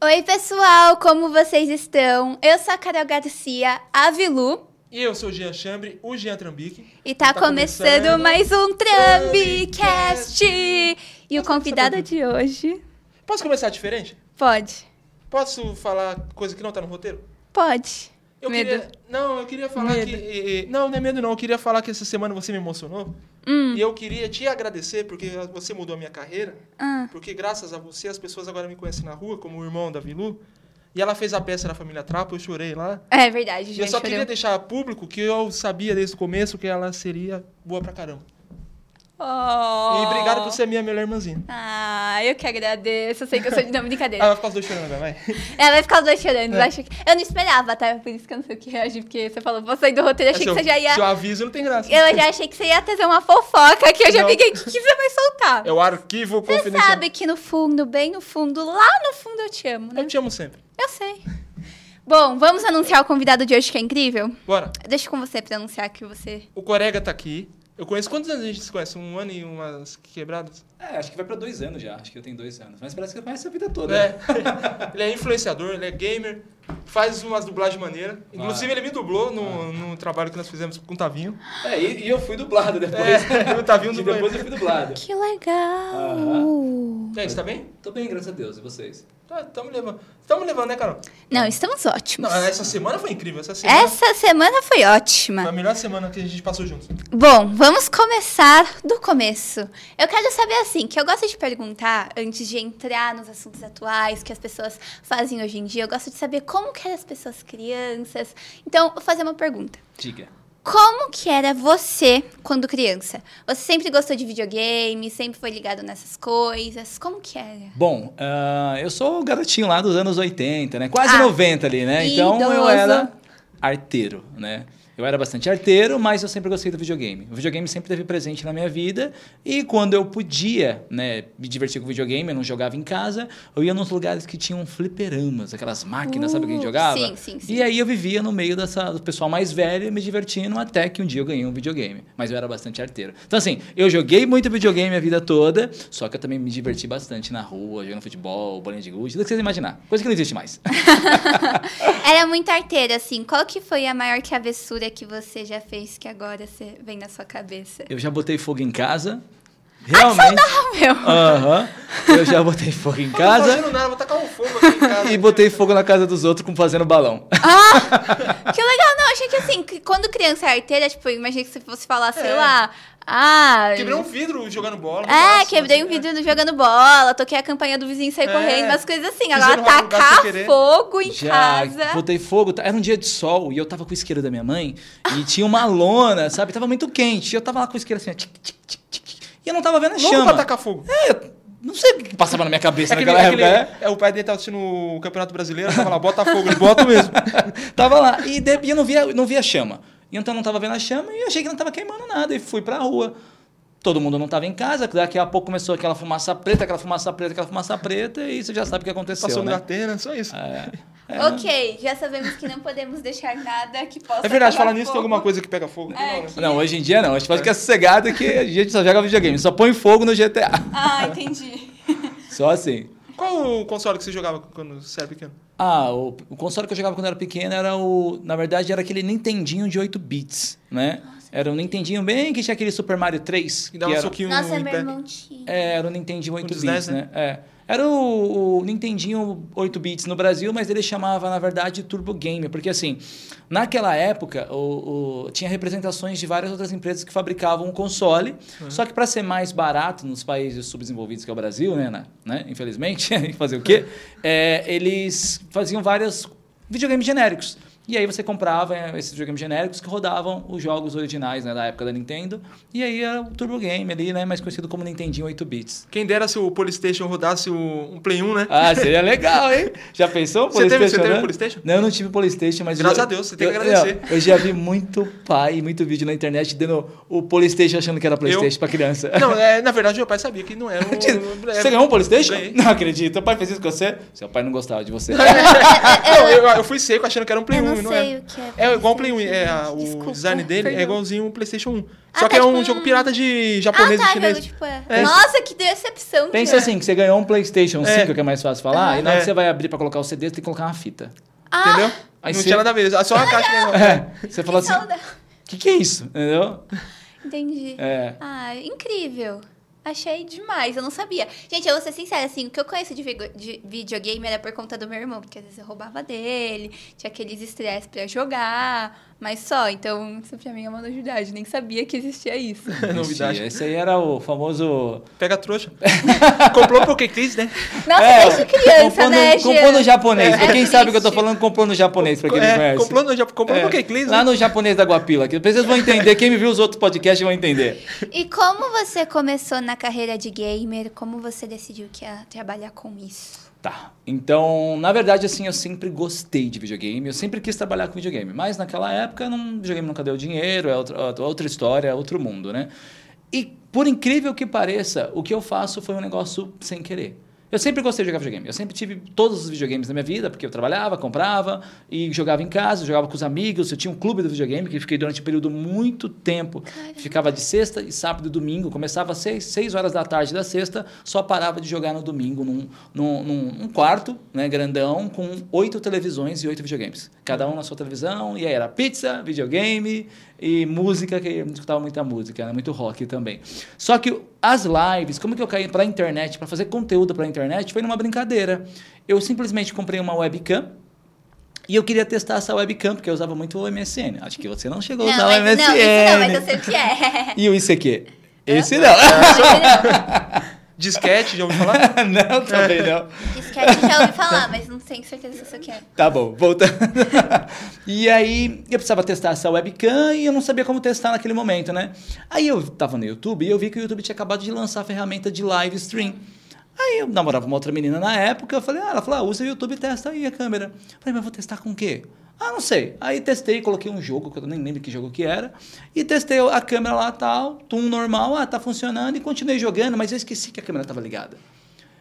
Oi, pessoal, como vocês estão? Eu sou a Carol Garcia, a Vilu, E eu sou o Jean Chambre, o Jean Trambique. e tá, Tá começando, começando mais um Trambicast! Trambicast. E o Posso começar convidado pelo- de hoje. Posso começar diferente? Pode, Posso falar coisa que não tá no roteiro? pode. Eu Medo. queria. Não, eu queria falar Medo. que. eh, eh, Não, não é medo, não. Eu queria falar que essa semana você me emocionou. Hum. E eu queria te agradecer porque você mudou a minha carreira. Ah, Porque graças a você as pessoas agora me conhecem na rua, como o irmão da Vilu. E ela fez a peça da família Trapo, eu chorei lá. é verdade, E gente. eu só chorei. queria deixar público que eu sabia desde o começo que ela seria boa pra caramba. Oh. E obrigado por ser minha melhor irmãzinha. Ah, eu que agradeço. Eu sei que eu sou de não brincadeira. Ah, vai ficar os dois chorando agora, vai. Ela vai ficar os dois chorando. É. Eu, acho que... eu não esperava, tá? Por isso que eu não sei o que reagir, porque você falou, vou sair do roteiro, achei Seu- que você já ia. Seu aviso não tem graça. Eu já achei que você ia trazer uma fofoca que eu já Não. fiquei. O que que você vai soltar? É o arquivo Você confidencial. sabe que no fundo, bem no fundo, lá no fundo eu te amo, né? Eu te amo sempre. Eu sei. Bom, vamos anunciar o convidado de hoje que é incrível? Bora. Deixa com você pra anunciar que você. O Corega tá aqui. Eu conheço. Quantos anos a gente se conhece? Um ano e umas quebradas? É, acho que vai pra dois anos já. Acho que eu tenho dois anos. Mas parece que eu conheço a vida toda. É. ele é influenciador, ele é gamer, faz umas dublagens maneiras. Ah. Inclusive, ele me dublou no, no trabalho que nós fizemos com o Tavinho. É, e, e eu fui dublado depois. É, o Tavinho E dublou. depois eu ele. fui dublado. Que legal! E aí, você tá bem? Tô bem, graças a Deus. E vocês? Tá, tamo levando. Tamo levando, né, Carol? Não, estamos Não, ótimos. essa semana foi incrível. Essa semana Essa semana foi foi a ótima. melhor semana que a gente passou juntos. Bom, vamos começar do começo. Eu quero saber assim, que eu gosto de perguntar antes de entrar nos assuntos atuais que as pessoas fazem hoje em dia. Eu gosto de saber como que eram as pessoas crianças. Então, vou fazer uma pergunta. Diga. Como que era você quando criança? Você sempre gostou de videogame? Sempre foi ligado nessas coisas? Como que era? Bom, ah, eu sou o garotinho lá dos anos 80, né? Quase Ah, 90 ali, né? Então eu idoso. era arteiro, né? Eu era bastante arteiro, mas eu sempre gostei do videogame. O videogame sempre esteve presente na minha vida e quando eu podia, né, me divertir com o videogame, eu não jogava em casa, eu ia nos lugares que tinham fliperamas, aquelas máquinas, sabe que a gente Uh, jogava? sim, sim, sim. E aí eu vivia no meio dessa, do pessoal mais velho me divertindo até que um dia eu ganhei um videogame, mas eu era bastante arteiro. Então assim, eu joguei muito videogame a vida toda, só que eu também me diverti bastante na rua, jogando futebol, bolinha de gude, tudo que vocês imaginar. Coisa que não existe mais. Era muito arteira, assim. Qual que foi a maior travessura que você já fez que agora você vem na sua cabeça? Eu já botei fogo em casa. Realmente. Ah, meu! Aham. Eu já botei fogo em Eu Não tô casa fazendo nada, vou tacar um fogo aqui em casa. e botei fogo na casa dos outros com fazendo balão. Ah, Que legal, não. Achei que assim, que quando criança é arteira, tipo, eu imaginei que você fosse falar, sei É. lá. Ah. Quebrei um vidro jogando bola. É, nossa, quebrei um assim, vidro jogando bola, toquei a campanha do vizinho e saí É. correndo, umas coisas assim. Pisei Agora no rabo do gato sem tacar querer. fogo em Já casa. botei fogo. tá- Era um dia de sol e eu tava com o isqueiro da minha mãe e tinha uma lona, sabe? Tava muito quente. E eu tava lá com o isqueiro assim, ó, tic, tic, tic, tic, e eu não tava vendo a É. Louco pra chama. É, tacar fogo. Não sei o que passava na minha cabeça Aquele- naquela época. aquele- né? é, o pai dele tava assistindo o Campeonato Brasileiro, tava lá, bota fogo, ele bota mesmo. Tá né? Tava lá. E de- e eu não via, não via chama. E Então eu não tava vendo a chama e eu achei que não tava queimando nada. E fui pra rua. Todo mundo não tava em casa. Daqui a pouco começou aquela fumaça preta, aquela fumaça preta, aquela fumaça preta. E você já sabe o que aconteceu, Passou um no né? Datena, só isso. É, é, Ok, já sabemos que não podemos deixar nada que possa. né? É verdade, acabar falar nisso, tem tá fogo. alguma coisa que pega fogo? É, Não, né? Não, hoje em dia não. A gente pode ficar sossegado que a gente só joga videogame. Só põe fogo no GTA. Ah, entendi. Só assim. Qual o console que você jogava quando você era pequeno? Ah, o, o console que eu jogava quando era pequeno era o. Na verdade, era aquele Nintendinho de 8 bits, né? Era um Nintendinho bem que tinha aquele Super Mario 3. Que dava que um era, soquinho Nossa, em meu pé. irmão tinha. É, era o Nintendinho 8 dos bits, 10, né? né? É. Era o, o Nintendinho 8 bits no Brasil, mas ele chamava, na verdade, Turbo Game, porque assim, naquela época, o, o- tinha representações de várias outras empresas que fabricavam o console, só que para ser mais barato nos países subdesenvolvidos que é o Brasil, né, na- né? Infelizmente, fazer o quê? É, eles faziam vários videogames genéricos. E aí você comprava eh, esses videogames genéricos que rodavam os jogos originais né, da época da Nintendo. E aí era o Turbo Game ali, né? Mais conhecido como Nintendinho 8 bits. Quem dera se o Polystation rodasse o- um Play 1, né? Ah, seria legal, hein? Já pensou? Você teve- você PlayStation, teve né? PlayStation? Não, eu não tive PlayStation, mas. eu Graças já- a Deus, você tem que eu- agradecer. Eu, eu já vi muito pai, muito vídeo na internet dando o PlayStation achando que era PlayStation pra criança. Não, é, na verdade, meu pai sabia que não era um... Você ganhou um PlayStation? Ganhei. É, Não acredito. Teu pai fez isso com você? Seu pai não gostava de você. Não, eu, eu fui seco achando que era um Play Eu 1. não 1 não não sei é. o que é. É igual o Play PlayStation 1, é, a- o Desculpa, design dele perdão. é igualzinho o PlayStation 1. Ah, Só tá que é tipo um um- jogo pirata de japonês Ah, e tá, chinês. jogo, tipo, é. É. Nossa, que decepção. que Pensa é. assim, que você ganhou um PlayStation 5, É. que é mais fácil falar, e na hora que É. você vai abrir pra colocar o CD, você tem que colocar uma fita. Ah, Entendeu? Aí não você- tinha nada a ver, só a caixa mesmo. É, você fala que assim, saudade. o que, que é isso? Entendeu? Entendi. É. Ah, incrível. Achei demais, eu não sabia. Gente, eu vou ser sincera, assim, o que eu conheço de, vigo- de videogame era por conta do meu irmão, porque às vezes eu roubava dele, tinha aqueles estresses pra jogar, mas só, então isso pra mim é uma novidade, nem sabia que existia isso. Novidade. Esse- Esse aí era o famoso... Pega a trouxa. Comprou porque quis, né? Nossa, É, desde criança, comprou no- né, Jean? comprou no japonês. É, pra quem é sabe o que eu tô triste. falando, comprou no japonês, pra quem não É, conhece. comprou no Japão, comprou É, porque quis, Lá né? no japonês da Guapila, que depois vocês vão entender. Quem me viu os outros podcasts vão entender. E como você começou na carreira de gamer? Como você decidiu que ia trabalhar com isso? Tá. Então, na verdade, assim, eu sempre gostei de videogame. Eu sempre quis trabalhar com videogame. Mas naquela época, não, videogame nunca deu dinheiro, é outra, outra- outra história, é outro mundo, né? E por incrível que pareça, o que eu faço foi um negócio sem querer. Eu sempre gostei de jogar videogame. Eu sempre tive todos os videogames na minha vida, porque eu trabalhava, comprava e jogava em casa, jogava com os amigos. Eu tinha um clube do videogame que fiquei durante um período muito tempo. Ficava de sexta e sábado e domingo. Começava às seis, seis horas da tarde da sexta, só parava de jogar no domingo num, num, num- num quarto né, grandão com oito televisões e oito videogames. Cada um na sua televisão. E aí era pizza, videogame e música, que eu escutava muita música, né, muito rock também. Só que as lives, como que eu caí para a internet, para fazer conteúdo para a internet, foi numa brincadeira. Eu simplesmente comprei uma webcam. E eu queria testar essa webcam, porque eu usava muito o MSN. Acho que você não é chegou a usar o mas, MSN. não, isso não, mas eu sei o que é. E o ICQ? Esse não. Disquete, já ouviu falar? não, também não. Disquete é já ouvi falar, mas não tenho certeza se eu sei o que é. Tá bom, voltando. e aí, eu precisava testar essa webcam e eu não sabia como testar naquele momento, né? Aí eu tava no YouTube e eu vi que o YouTube tinha acabado de lançar a ferramenta de live stream. Aí eu namorava uma outra menina na época, eu falei, ah, ela falou, ah, usa o YouTube e testa aí a câmera. Eu falei, mas eu vou testar com o quê? Ah, não sei. Aí testei, coloquei um jogo, que eu nem lembro que jogo que era, e testei a câmera lá, tal, tum normal, ah, tá funcionando, e continuei jogando, mas eu esqueci que a câmera tava ligada.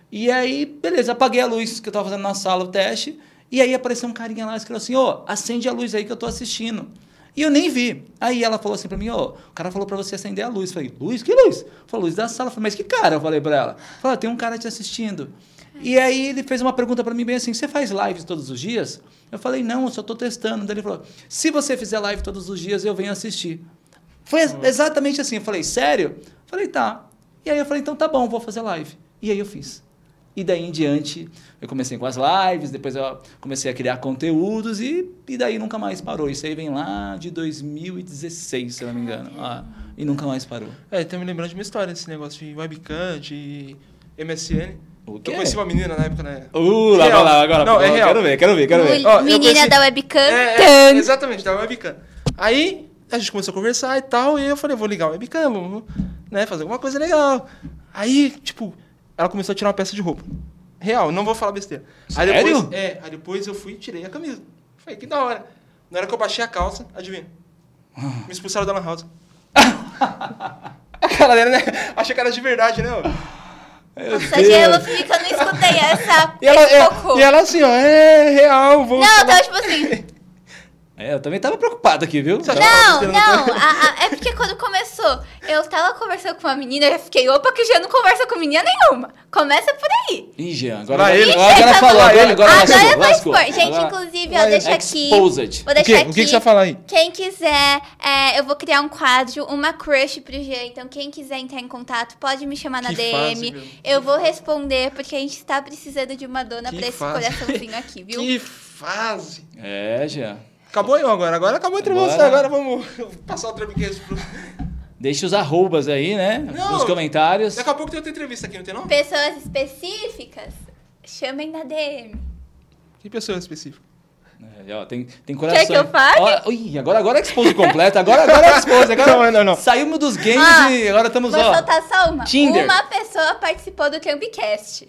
E aí, beleza, apaguei a luz que eu tava fazendo na sala, o teste. E aí apareceu um carinha lá e escreveu assim: ô, acende a luz aí que eu tô assistindo. E eu nem vi. Aí ela falou assim pra mim: ô, o cara falou pra você acender a luz. Eu falei: luz? Que luz? Falou: luz da sala. Eu falei: mas que cara? Eu falei pra ela: falou, tem um cara te assistindo. E aí ele fez uma pergunta pra mim bem assim: você faz lives todos os dias? Eu falei: não, eu só tô testando. Daí ele falou: se você fizer live todos os dias, eu venho assistir. Foi ex- exatamente assim. Eu falei, sério? Falei, tá. E aí eu falei, então tá bom, vou fazer live. E aí eu fiz. E daí em diante, eu comecei com as lives, depois eu comecei a criar conteúdos e, e daí nunca mais parou. Isso aí vem lá de 2016, se eu não me engano. Ah, e nunca mais parou. É, tá me lembrando de uma história desse negócio de webcam, de MSN. O quê? Eu conheci uma menina na época, né? Uh, lá, Real. vai lá, agora. Não, é eu real. Quero ver, quero ver, quero ver. Mul- Ó, eu Menina conheci- da webcam. É, é, exatamente, da webcam. Aí a gente começou a conversar e tal, e eu falei, vou ligar o webcam, vamos né, fazer alguma coisa legal. Aí, tipo, ela começou a tirar uma peça de roupa. Real, não vou falar besteira. Aí Sério? depois, é, aí depois eu fui e tirei a camisa. Falei, que da hora. Na hora que eu baixei a calça, adivinha? Ah. Me expulsaram da Lan House. a cara dela, né? Achei que era de verdade, né? ó? Nossa, Jean, eu vou fingir que eu não escutei essa. E ela, esse é- né? cocô. e ela assim, ó, é real, vou. Não, eu tava tipo assim. É, eu também tava preocupado aqui, viu? Você acha- Não, você não não. a- a- é porque quando começou, eu tava conversando com uma menina, eu fiquei, opa, que já não conversa com menina nenhuma. Começa por aí. Ih, Jean, agora, Vai ele, ele. agora ela Ih, falou, vai agora, ele. agora lascou, Agora vai lascou. expor. Gente, Agora- inclusive, eu deixo aqui. Exposed. Vou O quê? deixar O que que você vai falar aí? Quem quiser, é, eu vou criar um quadro, uma crush pro Jean. Então, quem quiser entrar em contato, pode me chamar na Que fase, DM. meu. eu vou responder, porque a gente tá precisando de uma dona Que pra esse fase. coraçãozinho aqui, viu? Que fase. É, Jean. Acabou eu agora, agora acabou entre Agora- você, agora vamos passar o trambiquês pro. Deixa os arrobas aí, né? Não. Nos comentários. Daqui a pouco tem outra entrevista aqui, não tem não? Pessoas específicas, chamem na DM. Que pessoa específica? É, ó, tem, tem coração. que eu fale? Ó, ui, agora, agora é expose completo. Agora, agora é expose. Agora Não, não, não. Saímos dos games Ah, e agora estamos, Vou ó. soltar só uma. Tinder. Uma pessoa participou do Campcast.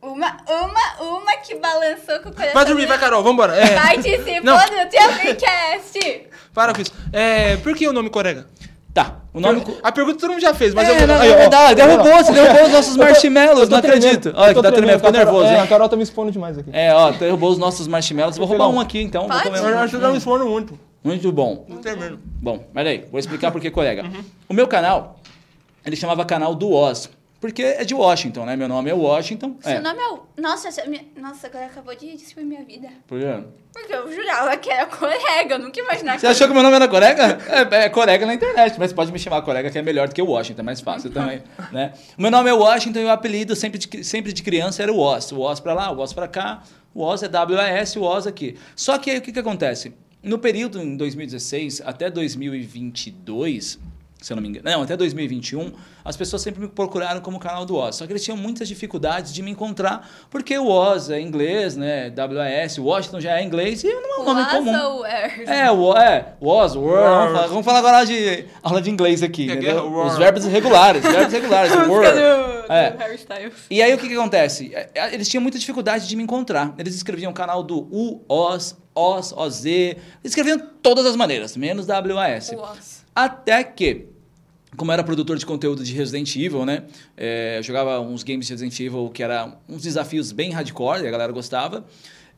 Uma, uma, uma que balançou com o coração. Vai dormir, vai, Carol, vambora. É, Participou Não. do Campcast. para com isso. É, por que o nome Corega? Tá, o nome... co- A pergunta todo mundo já fez, mas é, eu não, aí, ó. é verdade, derrubou, você derrubou os nossos Eu tô- marshmallows, eu tô não tremendo, acredito. eu tô Olha que tá tremendo, ficou a Carol- nervoso, é, a hein? Carol tá me expondo demais aqui. É, ó, derrubou os nossos marshmallows. Vou roubar um aqui, então. Vou Pode? comer Eu um. acho que eu não expondo muito. Muito bom. Não termino. Bom, peraí, vou explicar por que, colega. O meu canal, ele chamava canal do Oz. Porque é de Washington, né? Meu nome é Washington. Seu é, nome é o. Nossa, essa- minha- Nossa, agora acabou de destruir minha vida. por exemplo. Porque eu jurava que era colega, eu nunca imaginava Você achou que meu nome era Corega? É, é Corega na internet, mas pode me chamar Corega, que é melhor do que Washington, é mais fácil também, né? O meu nome é Washington e o apelido sempre de, sempre de criança era o Oz. O Oz pra lá, o Oz pra cá, o Oz é W-A-S, o Oz aqui. Só que aí o que, que acontece? No período em 2016 até 2022, se eu não me engano, não, até 2021, as pessoas sempre me procuraram como canal do Oz. Só que eles tinham muitas dificuldades de me encontrar, porque o Oz é inglês, né? WAS, Washington já é inglês e não é um nome comum. É, o, é, was, were. Vamos falar, vamos falar agora de aula de inglês aqui, É entendeu? guerra, war. Os verbos irregulares, os verbos irregulares, were. É. Harry Styles. E aí o que, que acontece? É, é, Eles tinham muita dificuldade de me encontrar. Eles escreviam o canal do U, OS, OS, OZ. Eles escreviam todas as maneiras, menos WAS. Nossa. Até que, como eu era produtor de conteúdo de Resident Evil, né? é, eu jogava uns games de Resident Evil que eram uns desafios bem hardcore e a galera gostava.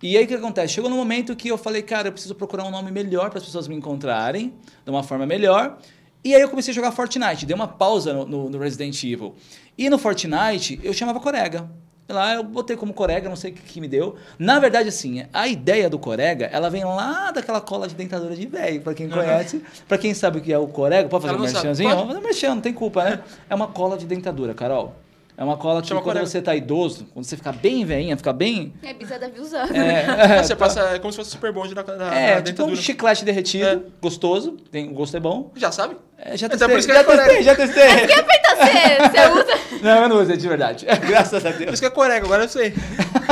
E aí o que acontece? Chegou no momento que eu falei, cara, eu preciso procurar um nome melhor para as pessoas me encontrarem de uma forma melhor. E aí eu comecei a jogar Fortnite, dei uma pausa no, no- no Resident Evil. E no Fortnite eu chamava Corega. Lá eu botei como corega, não sei o que, que me deu. Na verdade, assim, a ideia do corega, ela vem lá daquela cola de dentadura de velho, pra quem conhece. Pra quem sabe o que é o corega, pode fazer Ela um não sabe, merchanzinho? pode. Vamos fazer um merchan, não tem culpa, né? É uma cola de dentadura, Carol. É uma cola que Chama quando Corega. você tá idoso, quando você ficar bem veinha, ficar bem... É bizarra da usando. É, Você passa, é como se fosse super bom na, na, é, na tipo um dentadura. chiclete derretido, É. gostoso, tem, o gosto é bom. Já sabe? É, já Então, testei, por isso que já é Corega. É testei, já testei. Aperta C, você usa. Não, eu não uso, é de verdade. Graças a Por Deus. isso que é corega, agora eu sei.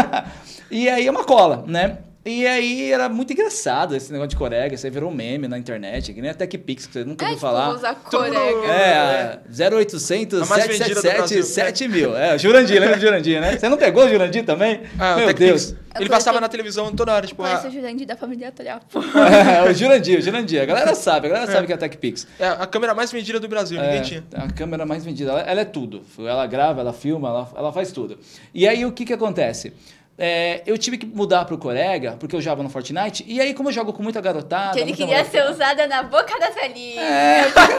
e aí é uma cola, né? E aí era muito engraçado esse negócio de corega, isso aí virou um meme na internet, que nem a TechPix, que você nunca É, ouviu tipo, né? falar. usar Todo mundo- corega. É, a 0800 A mais vendida do 777 Brasil. 7000. É, o Jurandir, lembra do Jurandir, né? Você não pegou o Jurandir também? Ah, Meu o Deus. TechPix. Eu Ele passava conheci- na televisão toda hora, tipo... Parece A, o Jurandir da família Torial. É, o Jurandir, o Jurandir. A galera sabe, a galera sabe que é a TechPix. é a câmera mais vendida do Brasil, É, ninguém tinha. A câmera mais vendida. Ela, ela é tudo. Ela grava, ela filma, ela, ela faz tudo. E aí o que, que acontece? É, eu tive que mudar pro Corega, porque eu jogava no Fortnite. E aí, como eu jogo com muita garotada. Que ele muita queria molecada- ser usada na boca da velhinha. É, porque-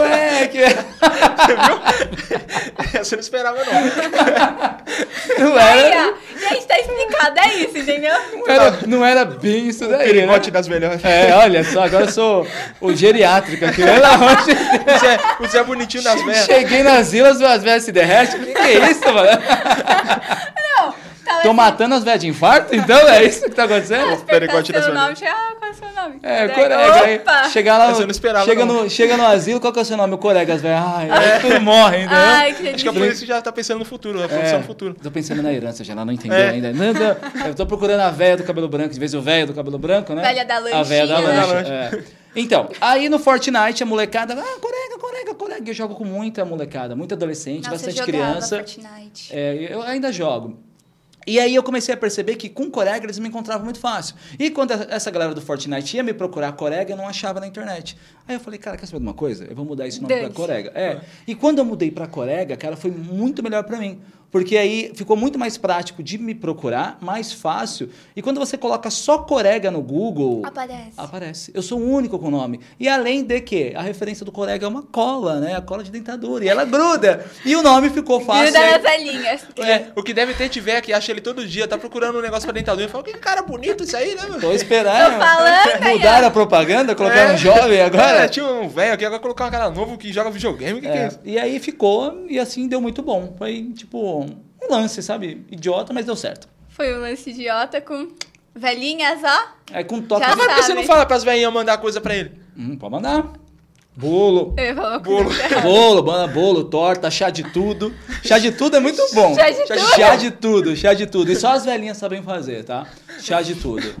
ué, que. é, Você não esperava, não. Não Aí, era, ó, gente, tá explicado, é isso, entendeu? não era, não era bem isso daí. né? Perigote das melhores. É, olha só, agora eu sou o geriátrico aqui. Olha lá onde O Zé- o Zé Bonitinho das velhas. cheguei nas ilhas, as velhas se derretem. Que que é isso, mano? Não, tá, assim, tava Tô matando as velhas de infarto? Então é isso que tá assim, acontecendo? as perguntas Perigótica da pelo sua nome, chega, ah, qual é o seu nome? É, Corega. Corega. Opa! Aí, chegar lá, Essa eu no, não esperava, chega, não. É. No, chega no asilo, qual que é o seu nome? O Corega, as velhas. Ai, aí tudo morre, entendeu? É. Ai, que Acho que delícia. é por isso que já tá pensando no futuro, na produção futura. Tô pensando na herança, já ela não entendeu É. ainda. Não, não, eu tô procurando a véia do cabelo branco, de vez o velho do cabelo branco, né? Velha da A véia da lanchinha, lancha. né? é. Então, aí no Fortnite a molecada, ah, colega, colega, colega. Eu jogo com muita molecada, muita Nossa, adolescente, eu bastante jogava criança. Fortnite. É, eu ainda jogo. E aí eu comecei a perceber que com Corega eles me encontravam muito fácil. E quando a- essa galera do Fortnite ia me procurar Corega, eu não achava na internet. Aí eu falei, cara, quer saber de uma coisa? Eu vou mudar esse nome pra Dane-se. Corega. É. E quando eu mudei pra Corega, cara, foi muito melhor pra mim. Porque aí ficou muito mais prático de me procurar, mais fácil. E quando você coloca só Corega no Google... Aparece. Aparece. Eu sou o único com o nome. E além de que a referência do Corega é uma cola, né? A cola de dentadura. E ela gruda. E o nome ficou fácil. Gruda nas velhinhas. É, O que deve ter tiver que acha ele todo dia, tá procurando um negócio pra dentadura e fala, que cara bonito isso aí, né, mano? tô esperando. Tô falando, aí, ó. Mudaram a propaganda, colocaram É. um jovem agora. É, tinha um velho aqui, agora colocar um cara novo que joga videogame, o que, que é É, isso? e aí ficou, e assim deu muito bom. Foi tipo um lance, sabe? Idiota, mas deu certo. Foi um lance idiota com velhinhas, ó. É com toque. Já Mas por que você sabe. não fala pras velhinhas mandar coisa pra ele? Hum, pode mandar. Bolo. Eu ia falar uma Bolo. coisa errada. Bolo, banda bolo, torta, chá de tudo. Chá de tudo é muito bom. Chá de chá tudo. Chá de tudo, chá de tudo. E só as velhinhas sabem fazer, tá? Chá de tudo.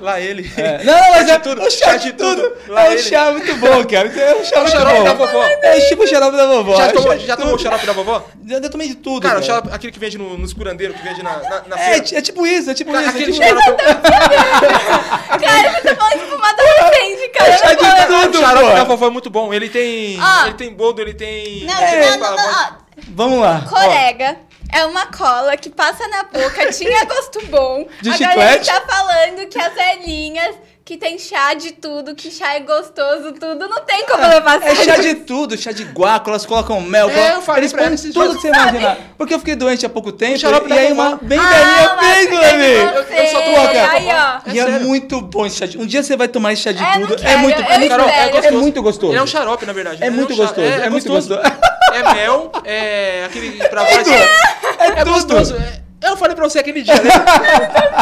Lá ele. É. Não, não, mas Chá é de tudo, O chá de tudo. Lá É um ele. chá muito bom, cara. É um chá o muito xarope bom. da vovó. É tipo o xarope da vovó. É Já o tomou, chá de já tomou o tudo. xarope da vovó? Já eu tomei de tudo. Cara, o velho. xarope, aquele que vende no, nos curandeiros, que vende na, na, na É, feira. é tipo isso, é tipo Cara, isso. é aquele tipo isso. xarope, Cara, você tá falando tipo uma adolescente, cara. É chá Eu não de vou- tudo, o xarope pô. da vovó é muito bom. Ele tem. Ó. Ele tem boldo, ele tem. Não, É, ele tem não, não, não, ah. ó. Vamos lá. Corega é uma cola que passa na boca, tinha gosto bom. De a chiclete? galera tá falando que as velhinhas, que tem chá de tudo, que chá é gostoso, tudo, não tem como levar É chá sério. de tudo, chá de guaco, elas colocam mel, É, colocam- eu falei eles pra ela põem esses tudo dias. que você imaginar. Porque eu fiquei doente há pouco tempo, xarope e da aí vovó. uma bem Ah, mas velhinha fez, você meu amigo. pegou Eu- eu sou feio. tua, cara. Aí, ó. É E é sério. muito bom esse chá de... Um dia você vai tomar esse chá de É, não tudo. É quero, muito... eu É muito, espero. é gostoso. muito gostoso. Ele é um xarope, na verdade. É Ele muito um xa- gostoso, é muito gostoso. É mel, é aquele pra É baixo. tudo. É, É tudo. gostoso. é- Eu falei pra você aquele dia, né?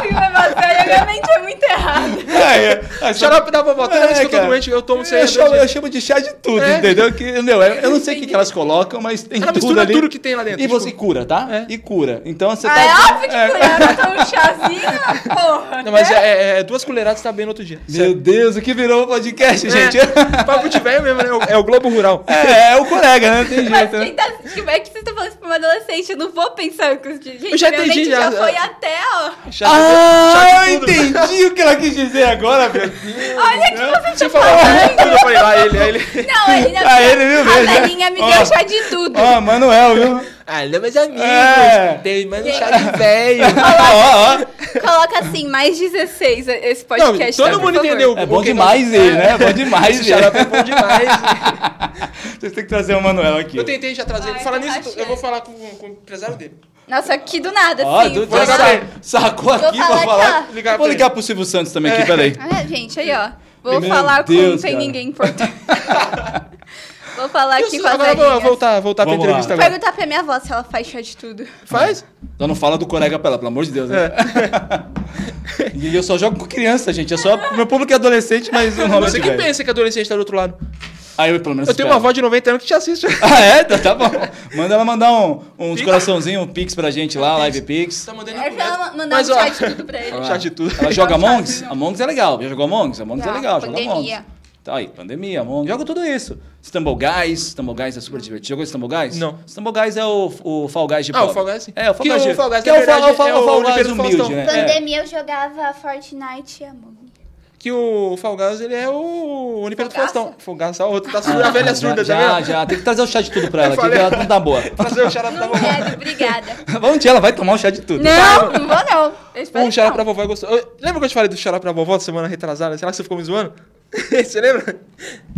Sim, levar a sério, minha mente é muito errada. É, é. Ah, Xarope da vovó. Toda É, vez que eu tô cara. doente, eu tomo sem eu chamo, eu chamo de chá de tudo, É. entendeu? Que, meu, eu, eu não sei o que, que elas colocam, mas tem Ela tudo mistura ali. tudo que tem lá dentro, E tipo- você cura, tá? É. E cura. Então você Ah, tá... é óbvio que colher, tá um chazinho, porra. Não, mas é, é- é duas colheradas tá bem no outro dia. Meu Deus, o que virou o podcast, gente? É, papo de velho mesmo, né? É o- É o Globo Rural. É, é o colega, né? Não tem Mas jeito, quem né? tá assistindo, é que vocês estão falando isso pra uma adolescente, eu não vou pensar que os gente, já minha entendi, mente já- já foi até, ó. Chá de- chá Ah, de eu tudo. entendi o que ela quis dizer agora, meu Deus. Olha que você Você falou chá de tudo, eu falei lá, ele, aí ele. Não, ele não Ah, ele viu A mesmo, né? velhinha me Ó. deu chá de tudo. Ó, Manuel, viu? Ah, ele é meus amigos. É. Tem mais um chá de velho. Ó, ó. Coloca assim, mais 16 esse Não, podcast. tá, todo por mundo favor. entendeu. É bom Ok, demais não. ele, né? É bom demais Esse ele. xarope é bom demais. Vocês têm que trazer o Manuel aqui. Eu tentei já trazer ele. Ai, Falar tá nisso, rachando. eu vou falar com, com o empresário dele. Nossa, que do nada, Ó, assim. tu vou já Foi ligar sa- uma- pra ele. sacou aqui pra falar falar. aqui, ó. Ligar Vou pra ligar ele. pro Silvio Santos também aqui, peraí. É, gente, aí, ó. Vou Meu falar com Deus, não tem cara. ninguém importante. Vou falar Eu aqui sei, com as agora eu vou velhinhas. voltar, voltar pra Vamos entrevista lá. agora. Perguntar pra minha avó se ela faz chá de tudo. Faz? Então não fala do colega pra ela, pelo amor de Deus, né? E eu só jogo com criança, gente. Eu só, meu público é adolescente, mas o nome é Você de que velho. pensa que adolescente tá do outro lado. Aí eu, pelo menos, Eu tenho uma espero. avó de 90 anos que te assiste. Ah, é? Tá, tá bom. Manda ela mandar um, uns Pix. coraçãozinhos, um pix pra gente lá, live pix. Tá mandando É pra ela mandar Mas, um ó, chá de tudo pra ele. Chá Tá de tudo. Ela joga Amongs? Amongs é legal. Já jogou Amongs? Amongs é né? Já, legal. Joga pandemia. Amongs. Tá aí, pandemia, Amongs. Joga tudo isso. Stumble Guys. Stumble Guys é super divertido. Jogou Stumble Guys? Não. Stumble Guys é o, o Fall Guys de Ah, o pobre. Fall Guys? É, o Fall Que Guys. o de- Fall Guys, que na é o Fall, verdade, o Fall, é o Fall o Guys Oliveira do humilde, Faustão. né? É. Pandemia, eu jogava Fortnite e amor. Que o Fall Guys, ele é o Olimpíada do Fogaça? Faustão. Fogaça, ó, outro. Tá surda, a velha Ah, já, surda, tá já, vendo? já. Tem que trazer o chá de tudo pra ela Eu aqui, que falei. ela não tá boa. Trazer o xarope da Não vovó. quero, obrigada. Vamos, tia, ela vai tomar um chá de tudo. Não, não vou não. Eu espero Um que xarope pra não. vovó é gostoso. Eu- Lembra que eu te falei do xarope pra vovó semana retrasada? Será que você ficou me zoando? você lembra?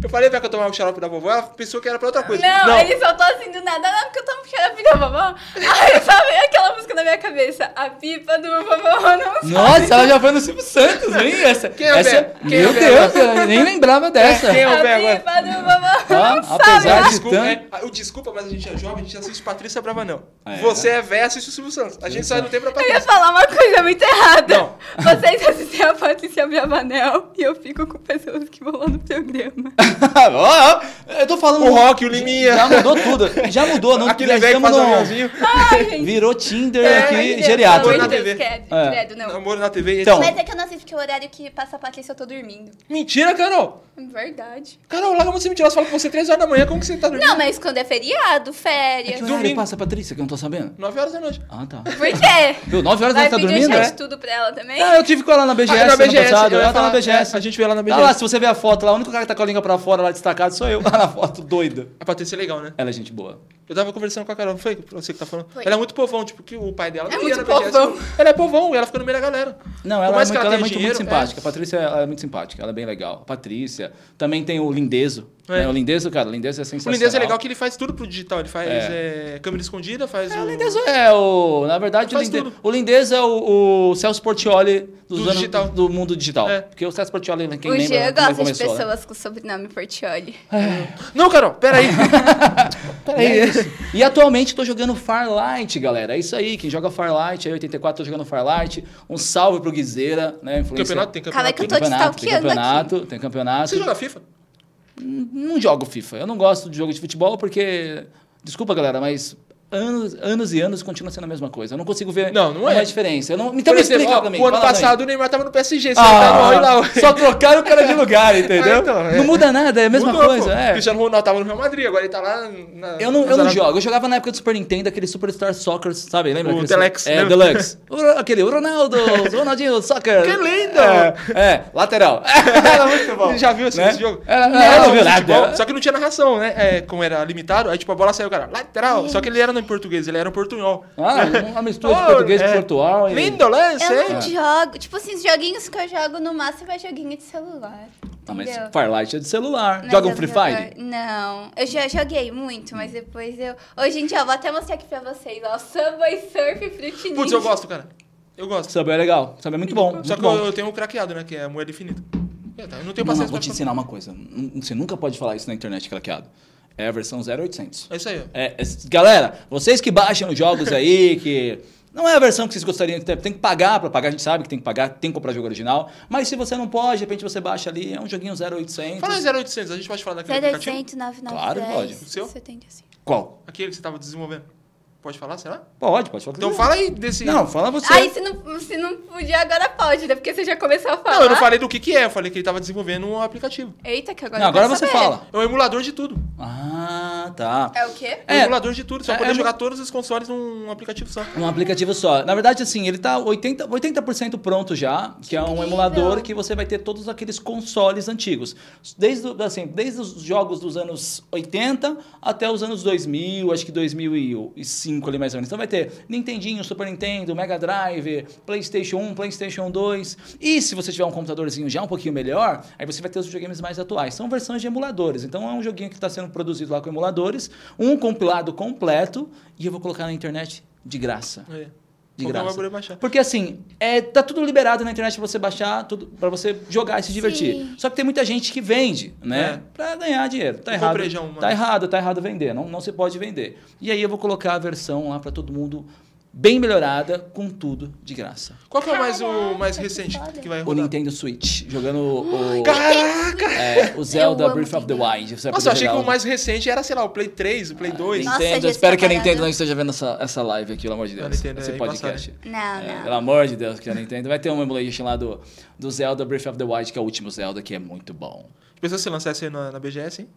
Eu falei pra ela que eu tomava o xarope da vovó, ela pensou que era pra outra coisa. Não, ele soltou assim do nada. Não, porque eu tomo xarope da vovó. Aí só veio aquela música na minha cabeça. A pipa do vovô não sai. Nossa, ela já foi no Silvio Santos, hein? Essa, Quem é o essa, Belo? Quem é meu o Belo? Deus, eu nem lembrava dessa. quem é o- A eu pego, é. pipa do vovô Ah, não apesar sabe. Ah, de- né? desculpa, Titã. é, o desculpa, mas a gente é jovem, a gente assiste Patrícia Brava, não. Ah, é? Você é véia, assiste o Silvio Santos. A gente sai do tempo pra Eu ia Patrícia. falar uma coisa muito errada. Não. Vocês assistem a Patrícia Bravanel e eu fico com pessoas que vão lá no programa. Ó, ó, eu tô falando. é. O Rock, o Liminha. Já mudou tudo. Já mudou, não Aquele já velho que faz estamos um no- aviãozinho, Ai, gente. Virou Tinder É, aqui, meu Deus, geriátrico. pelo amor de Na TV. Deus, credo, É. credo, não. namoro na TV. Então. Mas é que eu não assisto que o horário que passa a Patrícia eu tô dormindo. Mentira, Carol. Verdade. Carol, larga você mentirosa. Fala com você 3 horas da manhã, como que você tá dormindo? Não, mas quando é feriado, É férias. que horário Domingo. passa, Patrícia, que eu não tô sabendo? 9 horas da noite. Ah, tá. Por quê? Viu, 9 horas ela Vai tá pedir dormindo? chá de É. tudo pra ela também? Ah, eu tive com ela na BGS, Ah, na ano BGS, passado. eu ia Ela tá na falar, BGS. é, a gente vê ela na Tá lá, BGS. se você ver a foto lá, o único cara que tá com a língua pra fora lá destacado sou eu. Lá na foto, doida. A Patrícia é legal, né? Ela é gente boa. Eu tava conversando com a Carol, não foi pra você que tá falando? Foi. Ela é muito povão, tipo, que o pai dela É não ia muito na BGS. povão. Ela é povão e ela fica no meio da galera. Não, Por ela é mais muito, que ela é tenha muito, muito dinheiro, simpática. A Patrícia ela é muito simpática, ela é bem legal. A Patrícia. Também tem o Lindezo. É. né? O Lindezo, cara, o Lindezo é O sensacional. Lindezo é legal que ele faz tudo pro digital. Ele faz eh, câmera escondida, faz É, o... o Lindezo é o. Na verdade, o, Faz Linde, tudo. o Lindezo é o, o Celso Portioli dos Do anos digital. do mundo digital. É. Porque o Celso Portioli, quem o lembra, Jean quando ele gosta de começou, né? Ah, pessoas com sobrenome Portioli. Não, Carol, peraí. É isso. E atualmente tô jogando Farlight, galera. É isso aí. Quem joga Farlight, aí 84 tô jogando Farlight. Um salve pro Guizeira, né? Influência. campeonato tem Calma aí campeonato. que eu tô tem. te Campeonato, tem stalkeando campeonato, tem campeonato. Você joga FIFA? Não jogo FIFA. Eu não gosto de jogo de futebol porque. Desculpa, galera, mas anos, anos e anos continua sendo a mesma coisa. Eu não consigo ver Não, não é. uma diferença. Eu não, então Por me exemplo, explica ó, pra mim. o ano fala, Laís. passado o Neymar tava no PSG, você Ah, tá no lá. só trocaram o cara de lugar, entendeu? Ah, então, é. Não muda nada, é a mesma Mudou, coisa. pô. é. Cristiano Ronaldo tava no Real Madrid, agora ele tá lá na... Eu não, na eu não Arábia. jogo. Eu jogava na época do Super Nintendo, aquele Superstar Soccer, sabe? Lembra? O aquele Telex, É, né? Deluxe. O Ro- aquele, o Ronaldo, o Ronaldinho Soccer. Que lindo! É, é, lateral. Era muito bom. Você já viu esse, Né? esse jogo? É, é, Não, é, era não viu um futebol, nada. Só que não tinha narração, né? É, como era limitado, aí tipo a bola saiu, cara, lateral. Só que ele era não em português, ele era um portunhol. Ah, uma mistura de Oh, português é. com portual. e- Lindo, né? Eu não Você- jogo. Tipo assim, os joguinhos que eu jogo no máximo é joguinho de celular. Tá, mas entendeu? Firelight é de celular. Mas Joga um eu Free jogo- Fire? Não, eu já joguei muito, mas depois eu. Hoje em dia, eu vou até mostrar aqui pra vocês, ó. Subway Surf e Fruit Ninja. Putz, eu gosto, cara. Eu gosto. Sub é legal. Sub é muito bom. Só muito que bom. eu, eu tenho o craqueado, né? Que é a moeda infinita. Eu tá- eu não tenho Não, não, paciência vou te pra... ensinar uma coisa. N- Você nunca pode falar isso na internet craqueado. É a versão 0800. É isso aí, ó. É, es- galera, vocês que baixam os jogos aí, que. Não é a versão que vocês gostariam de ter. Tem que pagar pra pagar, a gente sabe que tem que pagar, tem que comprar jogo original. Mas se você não pode, de repente você baixa ali, é um joguinho 0800. Fala em 0800, a gente pode falar daquele aplicativo? 0800, 9910. Claro, pode. O seu? 70, assim. Qual? Aquele que você tava desenvolvendo. Pode falar, será? Pode, pode falar. Então fala aí desse... Hum. Não, fala você. Aí, se não, se não podia, agora pode, né? Porque você já começou a falar. Não, eu não falei do que que é, eu falei que ele tava desenvolvendo um aplicativo. Eita, que agora Não, eu quero agora você saber. fala. É um emulador de tudo. Ah, tá. É o quê? É um É. emulador de tudo, você vai É, poder é jogar todos os consoles num aplicativo só. É. Um aplicativo só. Na verdade, assim, ele tá 80%, 80 pronto já, que é um incrível. emulador que você vai ter todos aqueles consoles antigos. Desde, o- assim, desde os jogos dos anos 80 até os anos 2000, acho que 2005 ali mais ou menos. Então vai ter Nintendinho, Super Nintendo, Mega Drive, PlayStation 1, PlayStation 2. E se você tiver um computadorzinho já um pouquinho melhor, aí você vai ter os videogames mais atuais. São versões de emuladores. Então é um joguinho que está sendo produzido lá com emuladores, um compilado completo, e eu vou colocar na internet de graça. É. De Qualquer um vai graça. poder baixar. Porque assim, é, tá tudo liberado na internet pra você baixar, tudo, pra você jogar e se divertir. Sim. Só que tem muita gente que vende, né? É. Pra ganhar dinheiro. Tá Eu errado. comprei já uma. Tá errado, tá errado vender. Não, não se pode vender. E aí eu vou colocar a versão lá pra todo mundo bem melhorada, com tudo de graça. Qual que é o mais, o Caraca, mais que recente foda. que vai O rodar? Nintendo Switch, jogando o, Caraca! é, o Zelda Eu amo Breath of the Nintendo. Wild. Você Nossa, vai eu poder achei que jogar um. Ah, o mais recente era, sei lá, o Play 3, o Play 2. Nossa, Nintendo, gente, espero que a sacanagem. Nintendo não esteja vendo essa, essa live aqui, pelo amor de Não, Deus. Nintendo, esse é podcast. Não, É, Ah, não. pelo amor de Deus, que a Nintendo vai ter uma emulation lá do, do Zelda Breath of the Wild, que é o último Zelda, que é muito bom. Pensou se lançasse na, na BGS, hein?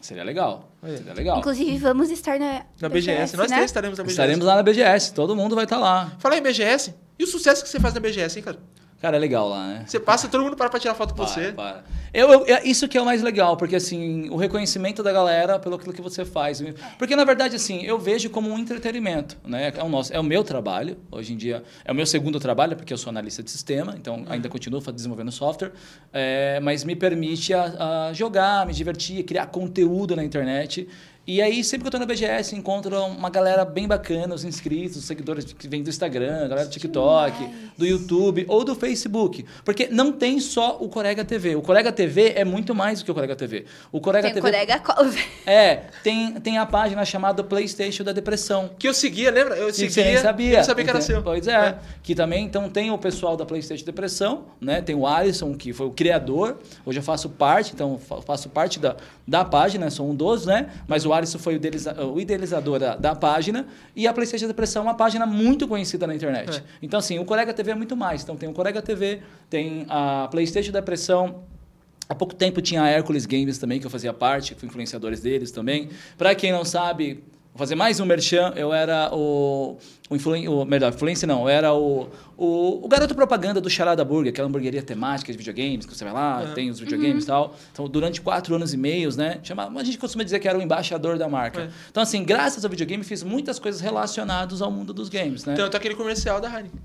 Seria legal. Olha aí. Seria legal. Inclusive, vamos estar na, né? Na BGS. Nós três estaremos na BGS. Estaremos lá na BGS, todo mundo vai estar lá. Falar em BGS, e o sucesso que você faz na BGS, hein, cara? Cara, é legal lá, né? Você passa, todo mundo para pra tirar foto com Para, você. para. Eu, eu- é isso que é o mais legal, porque assim, o reconhecimento da galera pelo aquilo que você faz. Porque, na verdade, assim, eu vejo como um entretenimento, né? É o, nosso, é o meu trabalho, hoje em dia, é o meu segundo trabalho, porque eu sou analista de sistema, então ainda continuo fa- desenvolvendo software, é, mas me permite a, a jogar, me divertir, criar conteúdo na internet. E aí, sempre que eu tô na BGS, encontro uma galera bem bacana, os inscritos, os seguidores que vêm do Instagram, a galera do TikTok, do YouTube ou do Facebook. Porque não tem só o Corega TV. O Corega TV é muito mais do que o Corega TV. O Corega Tem TV. colega cover. É, tem, tem a página chamada PlayStation da Depressão. Que eu seguia, lembra? Eu Que seguia. você nem sabia. Eu não sabia que era Entende? seu. Pois é. Que também, então, tem o pessoal da PlayStation Depressão, né? Tem o Alisson, que foi o criador. Hoje eu faço parte, então, fa- faço parte da, da página, sou um dos, né? Mas o Alisson foi o, idealiza- o idealizador da, da página. E a PlayStation Depressão é uma página muito conhecida na internet. É. Então, assim, o Corega TV é muito mais. Então, tem o Corega TV, tem a PlayStation Depressão. Há pouco tempo tinha a Hércules Games também, que eu fazia parte, fui influenciadores deles também. Pra quem não sabe, vou fazer mais um merchan, eu era o. o, influen, o melhor, influência não, eu era o, o, o garoto propaganda do Charada Burger, aquela hamburgueria temática de videogames, que você vai lá, É. tem Uhum. os videogames e tal. Então, durante quatro anos e meios, né? Chamava, a gente costuma dizer que era o embaixador da marca. É. Então, assim, graças ao videogame, fiz muitas coisas relacionadas ao mundo dos games, né? Tanto aquele comercial da Heineken.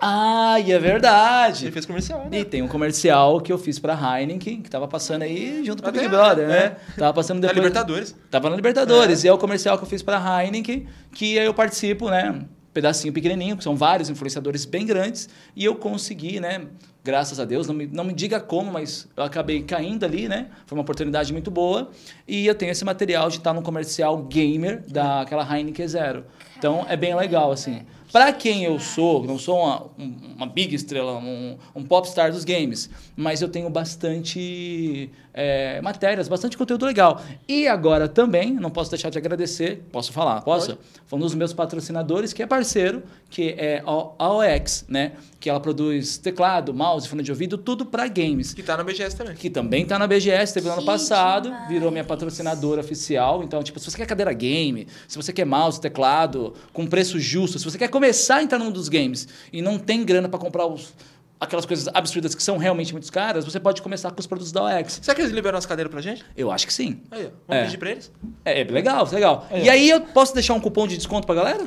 Ah, e é verdade! Ele fez comercial, né? E tem um comercial que eu fiz pra Heineken, que tava passando aí junto com o Até- Big Brother, né? é. Tava passando Da depois. Libertadores. Tava na Libertadores. E é o comercial que eu fiz pra Heineken, que eu participo, né? Um pedacinho pequenininho, que são vários influenciadores bem grandes. E eu consegui, né? graças a Deus. Não me, não me diga como, mas eu acabei caindo ali, né? Foi uma oportunidade muito boa. E eu tenho esse material de estar num comercial gamer daquela Heineken Zero. Então é bem legal, assim. Pra quem eu sou, não sou uma, um- uma big estrela, um, um popstar dos games, mas eu tenho bastante é, matérias, bastante conteúdo legal. E agora também, não posso deixar de agradecer, posso falar, posso? Foi um dos meus patrocinadores, que é parceiro, que é a AOX, né? Que ela produz teclado, mouse, fone de ouvido, tudo pra games Que tá na BGS também. que também tá na BGS, teve no ano Que passado, demais. virou minha patrocinadora oficial. Então, tipo, se você quer cadeira game, se você quer mouse, teclado, com preço justo, se você quer começar a entrar num dos games e não tem grana pra comprar os- aquelas coisas absurdas que são realmente muito caras, você pode começar com os produtos da OX. Será que eles liberam as cadeiras pra gente? Eu acho que sim. Aí, ó. Vamos É. pedir pra eles? É, é legal, é legal. E aí eu posso deixar um cupom de desconto pra galera?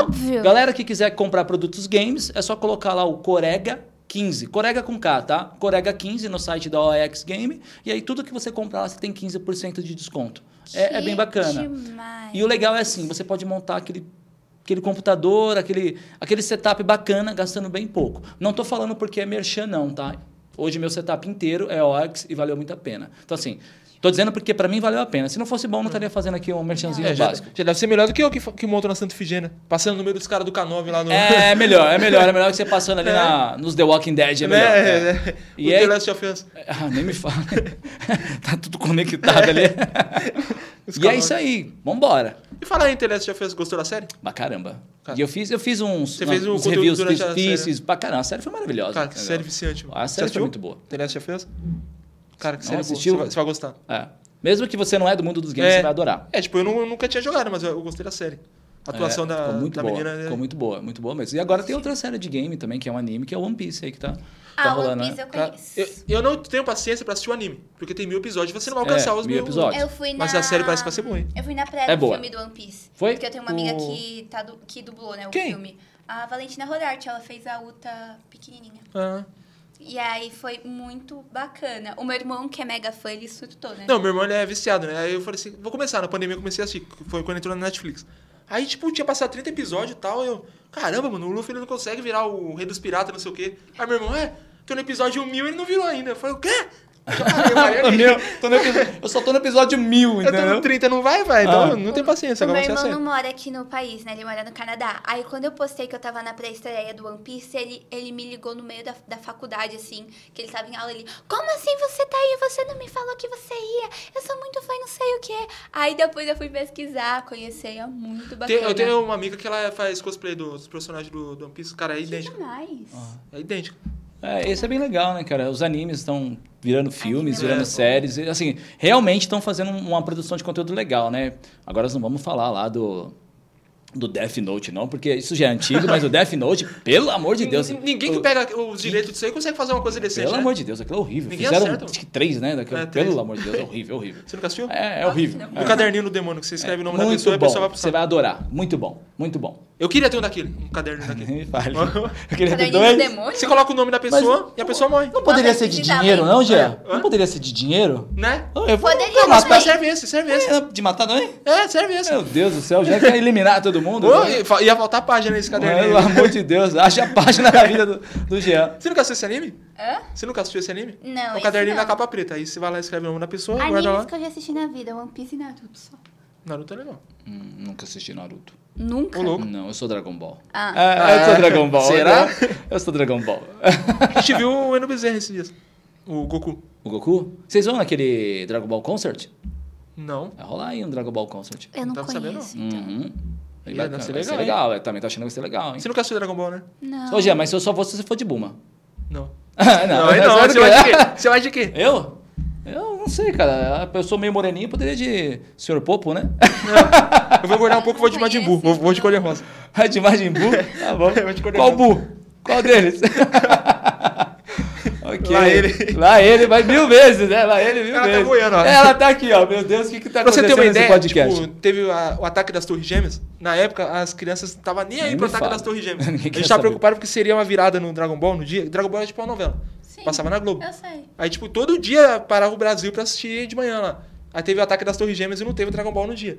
Óbvio. Galera que quiser comprar produtos games, é só colocar lá o Corega 15. Corega com K, tá? Corega 15 no site da OEX Game. E aí tudo que você comprar lá, você tem 15% de desconto. É, é bem Que bacana. Demais. E o legal é assim, você pode montar aquele, aquele computador, aquele, aquele setup bacana, gastando bem pouco. Não tô falando porque é merchan não, tá? Hoje meu setup inteiro é OX e valeu muito a pena. Então assim, tô dizendo porque pra mim valeu a pena. Se não fosse Hum. bom, eu não estaria fazendo aqui um merchanzinho É, já, básico. já deve ser melhor do que eu que, fa- que monto na Santa Ifigênia. Passando no meio dos caras do K9 lá no... É, é melhor, é melhor, é melhor que você passando ali na, nos The Walking Dead, é É, melhor. é, é. é. E o é- The Last of Us. Ah, nem me fala. tá tudo conectado É. ali. Os e é canais. isso aí, vambora. E falar em The Last of Us, gostou da série? Pra caramba. Cara. E eu fiz, eu fiz uns, Você fez um uns conteúdo reviews durante a que fiz, série. fiz pra caramba. A série foi maravilhosa. Cara, que entendeu? série viciante. mano. A Você série foi assistiu? muito boa. The Last of Us? Cara, que Não série assistiu? boa. Você vai, você vai gostar. É. Mesmo que você não é do mundo dos games, É. você vai adorar. É, tipo, eu, não- eu nunca tinha jogado, mas eu, eu gostei da série. A atuação É, da, ficou muito da boa, menina... é- Ficou muito boa, muito boa mesmo. E agora tem outra série de game também, que é um anime, que é o One Piece aí que tá, tá ah, rolando. One Piece né? eu Cara, conheço. eu, eu não tenho paciência pra assistir o anime, porque tem mil episódios, você não vai alcançar É, os mil mil episódios. Eu fui na... Mas a série parece que vai ser boa, hein? Eu fui na pré É do boa. filme do One Piece. Foi? Porque eu tenho uma amiga O- que, tá du- que dublou, né, o Quem? filme. A Valentina Rodarte, ela fez a Uta pequenininha. Ah. E aí foi muito bacana. O meu irmão, que é mega fã, ele surtou, né? Não, meu irmão ele é viciado, né? Aí eu falei assim, vou começar. Na pandemia eu comecei a assistir, foi quando entrou na Netflix. Aí, tipo, tinha passado 30 episódios e tal, eu... Caramba, mano, o Luffy ele não consegue virar o rei dos piratas, não sei o quê. Aí meu irmão, é, tô no episódio 1000 ele não virou ainda. Eu falei, o quê? Eu já parei, eu parei Tô ali. no- tô no episódio- eu só tô no episódio Eu mil, tô entendeu? no 30, tá não vai, vai. Então né? Ah. não tem paciência, o meu agora você irmão não acerta. mora aqui no país, né? Ele mora no Canadá. Aí quando eu postei que eu tava na pré-estreia do One Piece, ele, ele me ligou no meio da, da faculdade, assim, que ele tava em aula, ele, como assim você tá aí? Você não me falou que você ia? Eu sou muito fã, e não sei o quê. Aí depois eu fui pesquisar, conheci, é muito bacana. Tem- eu tenho um- uma amiga que ela faz cosplay do- dos personagens do, do One Piece, cara, é idêntico. demais. É idêntico. É, esse é bem legal, né, cara? Os animes estão virando filmes, é virando bom. séries. e, Assim, realmente estão fazendo um, uma produção de conteúdo legal, né? Agora nós não vamos falar lá do, do Death Note, não, porque isso já é antigo, mas o Death Note, pelo amor de Deus. N- Ninguém que o- pega os direitos disso aí consegue fazer uma coisa decente, Pelo né? amor de Deus, aquilo é horrível. Ninguém Fizeram acerta, acho que três, né? Daquilo, É, três. pelo amor de Deus, é horrível, horrível. Você nunca assistiu? É, é horrível. Nossa, No é. caderninho do demônio, que você escreve o nome da Muito pessoa e a bom, pessoa vai pro você saco. vai adorar. Muito bom, muito bom. Eu queria ter um daquele, um caderno daquele. Me fale. Eu queria ter Caderninho do dois. demônio? Você coloca o nome da pessoa e a pessoa morre. Não poderia Nossa, ser de precisava, dinheiro, hein? não, Jean? É. Hã? Não poderia ser de dinheiro? Né? Eu vou Poderia, eu Mas, gosto Também. mas serve esse, serve esse. É, de matar também? É, serve esse. Meu Deus do céu, já quer eliminar todo mundo? Ô, né? e fa- ia faltar página nesse Pelo caderninho. amor de Deus, acha a página da vida do, do Jean. Você nunca assistiu esse anime? Hã? Você nunca assistiu esse anime? Não, É um esse caderninho não. da capa preta. Aí você vai lá e escreve o nome da pessoa, guarda Animes lá. que eu já assisti na vida, One Piece e Naruto só. Naruto é legal. Hum, nunca assisti Naruto. Nunca. Ô, louco. Não, eu sou Dragon Ball. Ah. É, eu sou Dragon Ball. né? Será? Eu sou Dragon Ball. A gente viu o Eno Bezerra esses dias. O Goku. O Goku? Vocês vão naquele Dragon Ball Concert? Não. Vai rolar aí um Dragon Ball Concert. Eu não É. Não tava sabendo, conheço. Uhum. Ih, Bem vai bacana, ser vai legal, ser hein? legal. Eu também tô achando que vai ser legal, hein? Você nunca assistiu Dragon Ball, né? Não. Ô, Jean, mas se eu só vou se você for de Buma. Não. não, é Não, é aí eu não. sou Você do- vai de quê? Você vai de quê? Eu? Eu não sei, cara. Eu sou meio moreninho, poderia de Sr. Popo, né? Eu vou guardar um pouco e vou de Não Majin Buu. Vou, conheço. vou de cor rosa. de Majin Buu? Tá bom. Eu vou te condenar. Qual Bu? Qual deles? Ok. Lá ele. Lá ele, mas mil vezes, né? Lá ele mil Ela tá vezes. boiando, ó. Ela tá aqui, ó. Meu Deus, o que que tá Pra você ter acontecendo uma nesse ideia, podcast? tipo, teve a- o ataque das Torres Gêmeas. Na época, as crianças não estavam nem aí Nem pro me ataque fala. das Torres Gêmeas. a Ninguém gente quer tava saber. preocupado porque seria uma virada no Dragon Ball no dia. Dragon Ball era tipo uma novela. Sim. Passava na Globo. Eu sei. Aí, tipo, todo Hum. dia parava o Brasil pra assistir de manhã lá. Aí teve o ataque das Torres Gêmeas e não teve o Dragon Ball no dia.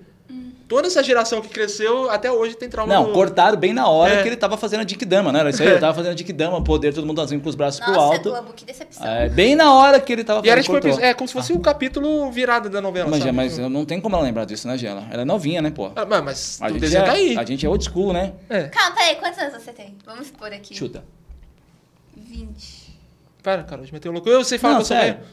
Toda essa geração que cresceu, até hoje tem trauma Não, do... cortaram bem na hora É. que ele tava fazendo a Dikdama, né? Era isso aí, ele tava fazendo a Dikdama, poder, todo mundo assim com os Tipo, braços pro Nossa, alto. Globo, que decepção. É, bem na hora que ele tava E fazendo, era tipo, cortou. Ah. é como se fosse o capítulo virado da novela, Mas, sabe? Tipo, Gê, mas eu não tem como ela lembrar disso, né, Gela? Ela é novinha, né, pô? Ah, mas- mas A o gente, desenho é, tá aí. a gente é old school, né? É, Calma, peraí, quantos anos você tem? Vamos expor aqui. Chuta. 20. para, cara, hoje meteu louco. Eu sei falar Não, que eu sou sério. velho.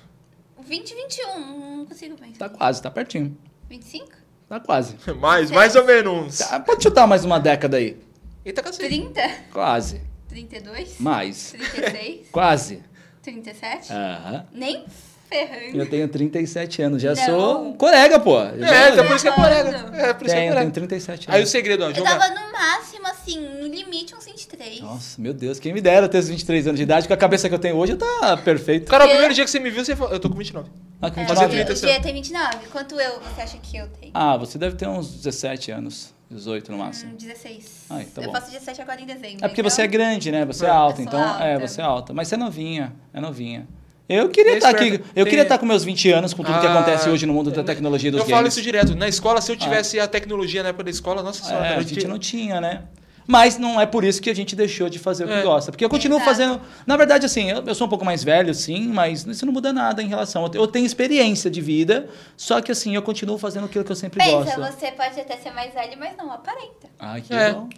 20, 21, não consigo pensar. Tá quase, tá pertinho. 25? Tá quase. Mais, mais ou menos. Tá, pode chutar mais uma década aí. Eita, cacete. 30? Quase. 32? Mais. 36? Quase. É. 37? Aham. Nem ferrando. Eu tenho 37 anos, já Não. sou colega, pô. Já- É, então por isso que é colega. É, por isso que é tenho, tenho colega. 37 anos. Aí o segredo, ó, Eu jogar. tava no máximo, assim, no limite uns 23. Nossa, meu Deus, quem me dera ter os 23 anos de idade, com a cabeça que eu tenho hoje, eu tá perfeito. Cara, o primeiro dia que você me viu, você falou, eu tô com 29. Ah, com É, 29. trinta. o Gê tem 29. Quanto eu, você acha que eu tenho? Ah, você deve ter uns 17 anos, 18 no máximo. Hum, 16. Ah, então eu bom. faço 17 agora em dezembro. É porque então- você é grande, né? Você é É. alta, Eu sou então é, alta. você é alta. Mas você é novinha, é novinha. Eu queria Tem estar aqui, esperta- eu tem- queria estar com meus 20 anos, com tudo que Ah, acontece hoje no mundo da tecnologia dos Eu games. Ah. falo isso direto. Na escola, se eu tivesse a tecnologia na época da escola, nossa senhora, É, cara, a eu gente tinha- não tinha, né? Mas não é por isso que a gente deixou de fazer o que É. gosta. Porque eu continuo Exato. fazendo. Na verdade, assim, eu, eu sou um pouco mais velho, sim, mas isso não muda nada em relação. Eu, te- eu tenho experiência de vida, só que assim, eu continuo fazendo aquilo que eu sempre Pensa, gosto. você pode até ser mais velho, mas não aparenta. Ai, que É. bom.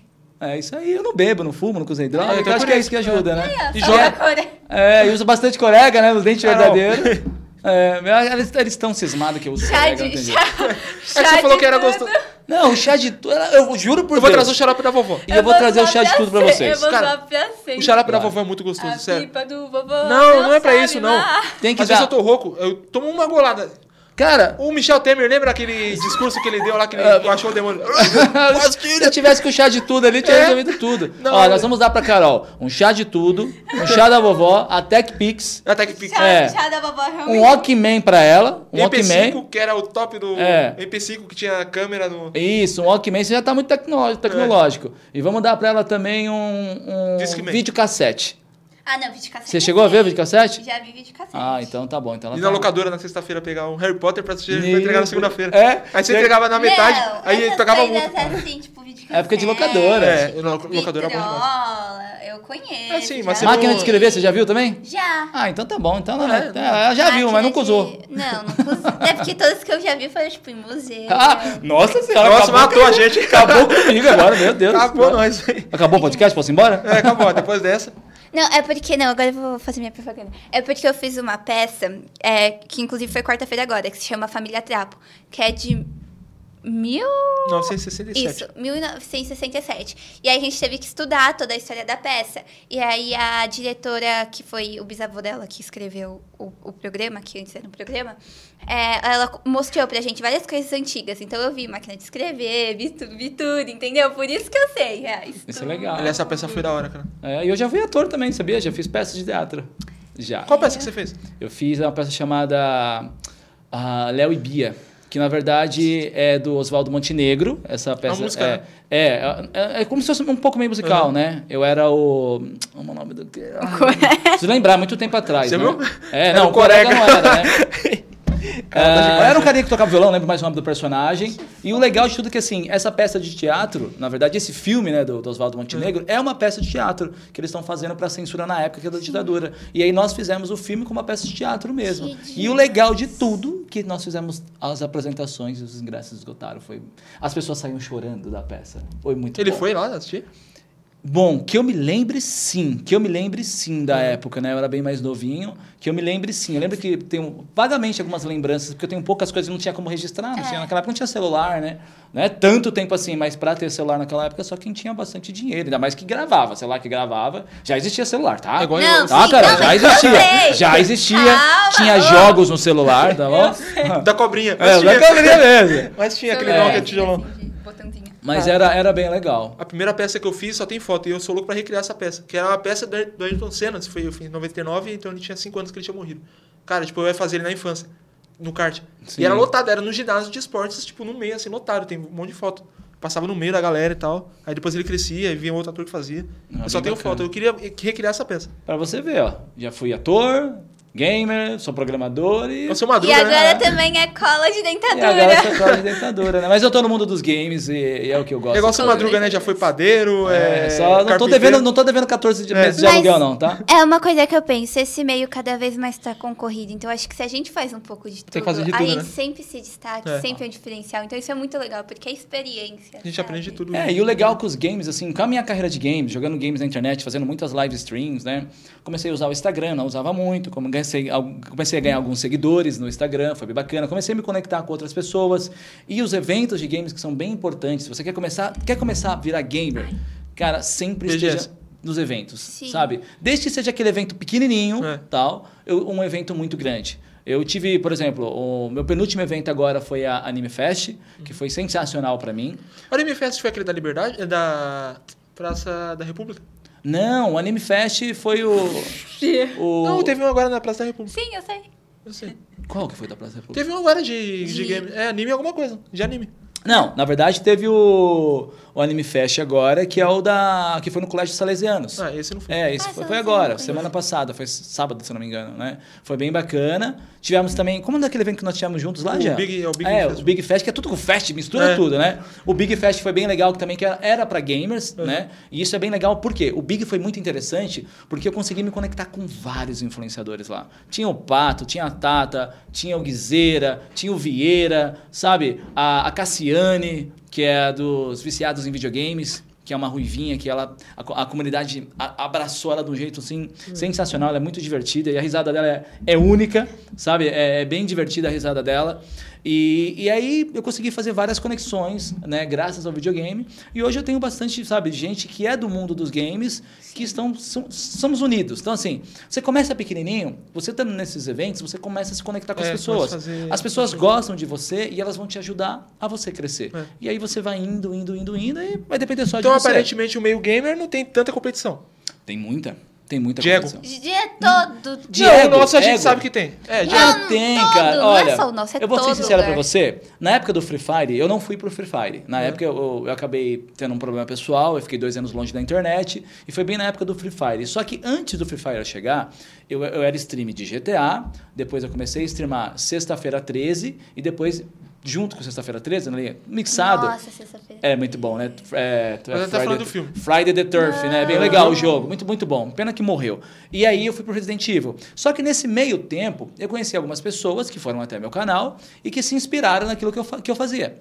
É isso aí. Eu não bebo, não fumo, não usei droga. É, então então acho por que é isso. isso que ajuda, Aí, né? ó, E só joga- a cor. É, e uso bastante corega, né? Os dentes Carol. verdadeiros. É, eles estão cismados que eu uso Chá corega. não de. tem Chá, jeito. É que chá você falou de que era tudo. gostoso. Não, o chá de tudo. Eu juro por Eu vou Deus. trazer o xarope da vovó. E eu vou trazer o zoar chá de tudo pra sempre, vocês. Eu vou Cara, zoar pra sempre. O xarope da Vai. vovó é muito gostoso, A sério. pipa do vovô. Não, não é pra sabe isso, não. lá. Tem que Às dar. vezes eu tô rouco, eu tomo uma golada. Cara, O Michel Temer, lembra aquele discurso que ele deu lá, que ele É. achou o demônio? Se eu tivesse com o chá de tudo ali, eu tinha É. resolvido tudo. Não, Ó, eu- nós vamos dar pra Carol um chá de tudo, um chá da vovó, a Tech Pix, Até que fica. Chá, É. chá da vovó um realmente. Walkman pra ela, um Walkman. MP5, que era o top do É. MP5, que tinha câmera no... Isso, um Walkman, você já tá muito tecnológico. tecnológico. E vamos dar pra ela também um, um Discman. videocassete. Ah, não, vídeo cassete. Você chegou a ver o videocassete? Já vi vídeo cassete. Ah, então tá bom. Então ela E tá- na locadora na sexta-feira pegar um Harry Potter pra assistir, Meu pra entregar na Deus. segunda-feira. É? Aí você Tem- entregava na metade, Não, aí essas pagava coisas muito. Assim, tipo, vídeo cassete, Época de locadora. É, lo- locadora é bom demais. vitrola, Eu conheço. É, sim, já mas você vi. Máquina de escrever, você já viu também? Já. Ah, então tá bom. Então ela, É, não. ela já viu, mas Máquina nunca usou. de- Não, nunca usou. É porque todos que eu já vi foram, tipo, em museu. Ah, nossa senhora. Nossa, acabou matou a gente. Acabou comigo agora, meu Deus. Acabou nós. Acabou o podcast? Posso ir embora? É, acabou. Depois dessa... Não, é porque. Não, agora eu vou fazer minha propaganda. É porque eu fiz uma peça, é, que inclusive foi quarta-feira agora, que se chama Família Trapo, que é de mil. 967. Isso, 1967. E aí a gente teve que estudar toda a história da peça. E aí a diretora, que foi o bisavô dela que escreveu o, o programa, que antes era um programa, é, ela mostrou pra gente várias coisas antigas. Então eu vi máquina de escrever, vi tudo, vi tudo, entendeu? Por isso que eu sei. É, Isso é tudo. legal. Aliás, essa peça foi da hora, cara. É, e eu já fui ator também, sabia? Já fiz peças de teatro. Já. Qual peça que você fez? Eu fiz uma peça chamada ah, Léo e Bia, que na verdade é do Oswaldo Montenegro. Essa peça música, é, né? é, é, é como se fosse um pouco meio musical, né? Eu era o. Como é o nome do. Ah, preciso lembrar, muito tempo atrás. Você né? viu? É, Era não, o o colega não Corega. era, né? Ah, era um carinha que tocava violão, lembro mais o nome do personagem. E o legal de tudo é que, assim, essa peça de teatro, na verdade, esse filme, né, do, do Oswaldo Montenegro, é uma peça de teatro que eles estão fazendo pra censura na época que é da ditadura. E aí nós fizemos o filme como uma peça de teatro mesmo. Que E o legal de tudo que nós fizemos as apresentações e os ingressos esgotaram. Foi... As pessoas saíam chorando da peça. Foi muito Ele bom. foi lá assistir? Bom, que eu me lembre sim, que eu me lembre sim Uhum. da época, né? Eu era bem mais novinho, que eu me lembre sim. Eu lembro que tenho vagamente algumas lembranças, porque eu tenho poucas coisas, não tinha como registrar, não É. tinha, naquela época não tinha celular, né? Não é tanto tempo assim, mas pra ter celular naquela época só quem tinha bastante dinheiro, ainda mais que gravava, sei lá, que gravava, já existia celular, tá? É igual Não, eu- sim, Tá, cara, não, já mas eu existia. sei. Já existia. Calma, Tinha ô. jogos no celular, tá bom? Da cobrinha. É, tinha, da cobrinha mesmo. Mas tinha aquele Sou não, eu, que é assim, tijolão. Tá. de botãozinho. Mas é era, era bem legal. A primeira peça que eu fiz só tem foto, e eu sou louco pra recriar essa peça. Que era uma peça do do Ayrton Senna, se foi, eu fiz em 99, então ele tinha 5 anos que ele tinha morrido. Cara, tipo, eu ia fazer ele na infância, no kart. Sim. E era lotado, era no ginásio de esportes, tipo, no meio, assim, lotado, tem um monte de foto. Passava no meio da galera e tal. Aí depois ele crescia, aí vinha outro ator que fazia. Ah, eu só bem tenho bacana. foto, eu queria recriar essa peça. Pra você ver, ó. Já fui ator, gamer, sou programador e. Eu sou maduro, E agora né? também é cola de E agora dentadura. sou só de dentadura, né? Mas eu tô no mundo dos games e, e é o que eu gosto. Eu gosto do Madruga, né? Já foi padeiro, é... É, só não tô, carpinteiro. devendo, não tô devendo 14 de É. meses de Mas- aluguel, não, tá? É uma coisa que eu penso, esse meio cada vez mais tá concorrido. Então, acho que se a gente faz um pouco de tudo, Tem que fazer de a tudo, gente né? sempre se destaca, É. sempre é um diferencial. Então, isso é muito legal, porque é experiência. A gente aprende de tudo. É, e o legal com os games, assim, com a minha carreira de games, jogando games na internet, fazendo muitas live streams, né? Comecei a usar o Instagram, não usava muito, como comecei, al- comecei a ganhar alguns seguidores no Instagram, foi bem bacana. Comecei a me conectar com outras pessoas e os eventos de games que são bem importantes. Se você quer começar, quer começar a virar gamer, cara, sempre BGS. esteja nos eventos, Sim. sabe? Desde que seja aquele evento pequenininho, É. tal, eu- um evento muito grande. Eu tive, por exemplo, o meu penúltimo evento agora foi a Anime Fest, que foi sensacional pra mim. O Anime Fest foi aquele da Liberdade? é Da Praça da República? Não, o Anime Fest foi o. o... Não, teve um agora na Praça da República. Sim, eu sei. Eu sei. Qual que foi da Praça da República? Teve um agora de, de De- game. É anime alguma coisa. De anime. Não, na verdade teve o, o Anime Fest agora, que é o da. que foi no Colégio Salesianos. Ah, esse não foi. É, isso Ah, foi, Salesiano, foi agora, conheço. semana passada, foi sábado, se eu não me engano, né? Foi bem bacana. Tivemos também, como daquele evento que nós tivemos juntos lá, O já? Big- é o Big é, Fest. o Big Fest, que é tudo com fest, mistura É. tudo, né? O Big Fest foi bem legal, que também que era- era pra gamers, Uhum. né? E isso é bem legal, por quê? O Big foi muito interessante, porque eu consegui me conectar com vários influenciadores lá. Tinha o Pato, tinha a Tata, tinha o Guizeira, tinha o Vieira, sabe? A, a Cassiane, que é dos viciados em videogames que é uma ruivinha, que ela a, co- a comunidade a- abraçou ela de um jeito assim sensacional, ela é muito divertida e a risada dela é, é única, sabe? É, é bem divertida a risada dela. E, e aí eu consegui fazer várias conexões, né, graças ao videogame. E hoje eu tenho bastante, sabe, gente que é do mundo dos games, que estão são- somos unidos. Então assim, você começa pequenininho, você estando nesses eventos, você começa a se conectar com É, as pessoas. começa a fazer- As pessoas gostam de você e elas vão te ajudar a você crescer. É. E aí você vai indo, indo, indo, indo e vai depender só Então, de você. é. aparentemente, o meio gamer não tem tanta competição. Tem muita, tem muita Diego. competição. De é todo. De- Diego, não, o nosso a gente ego. sabe que tem. É, Diego. Ah, não, tem, todo, cara. não é Olha, só o nosso, é eu vou ser todo sincero lugar. pra você. Na época do Free Fire, eu não fui pro Free Fire. Na É. época eu, eu acabei tendo um problema pessoal, eu fiquei dois anos longe da internet e foi bem na época do Free Fire. Só que antes do Free Fire chegar, eu, eu era stream de GTA, depois eu comecei a streamar Sexta-feira 13 e depois, junto com Sexta-feira 13, ali, mixado, Nossa, sexta-feira. É, muito bom, né? É, Mas ele tá falando do filme. Friday the Turf, né? Bem legal o jogo. Muito, muito bom. Pena que morreu. E aí eu fui pro Resident Evil. Só que nesse meio tempo, eu conheci algumas pessoas que foram até meu canal e que se inspiraram naquilo que eu, fa- que eu fazia.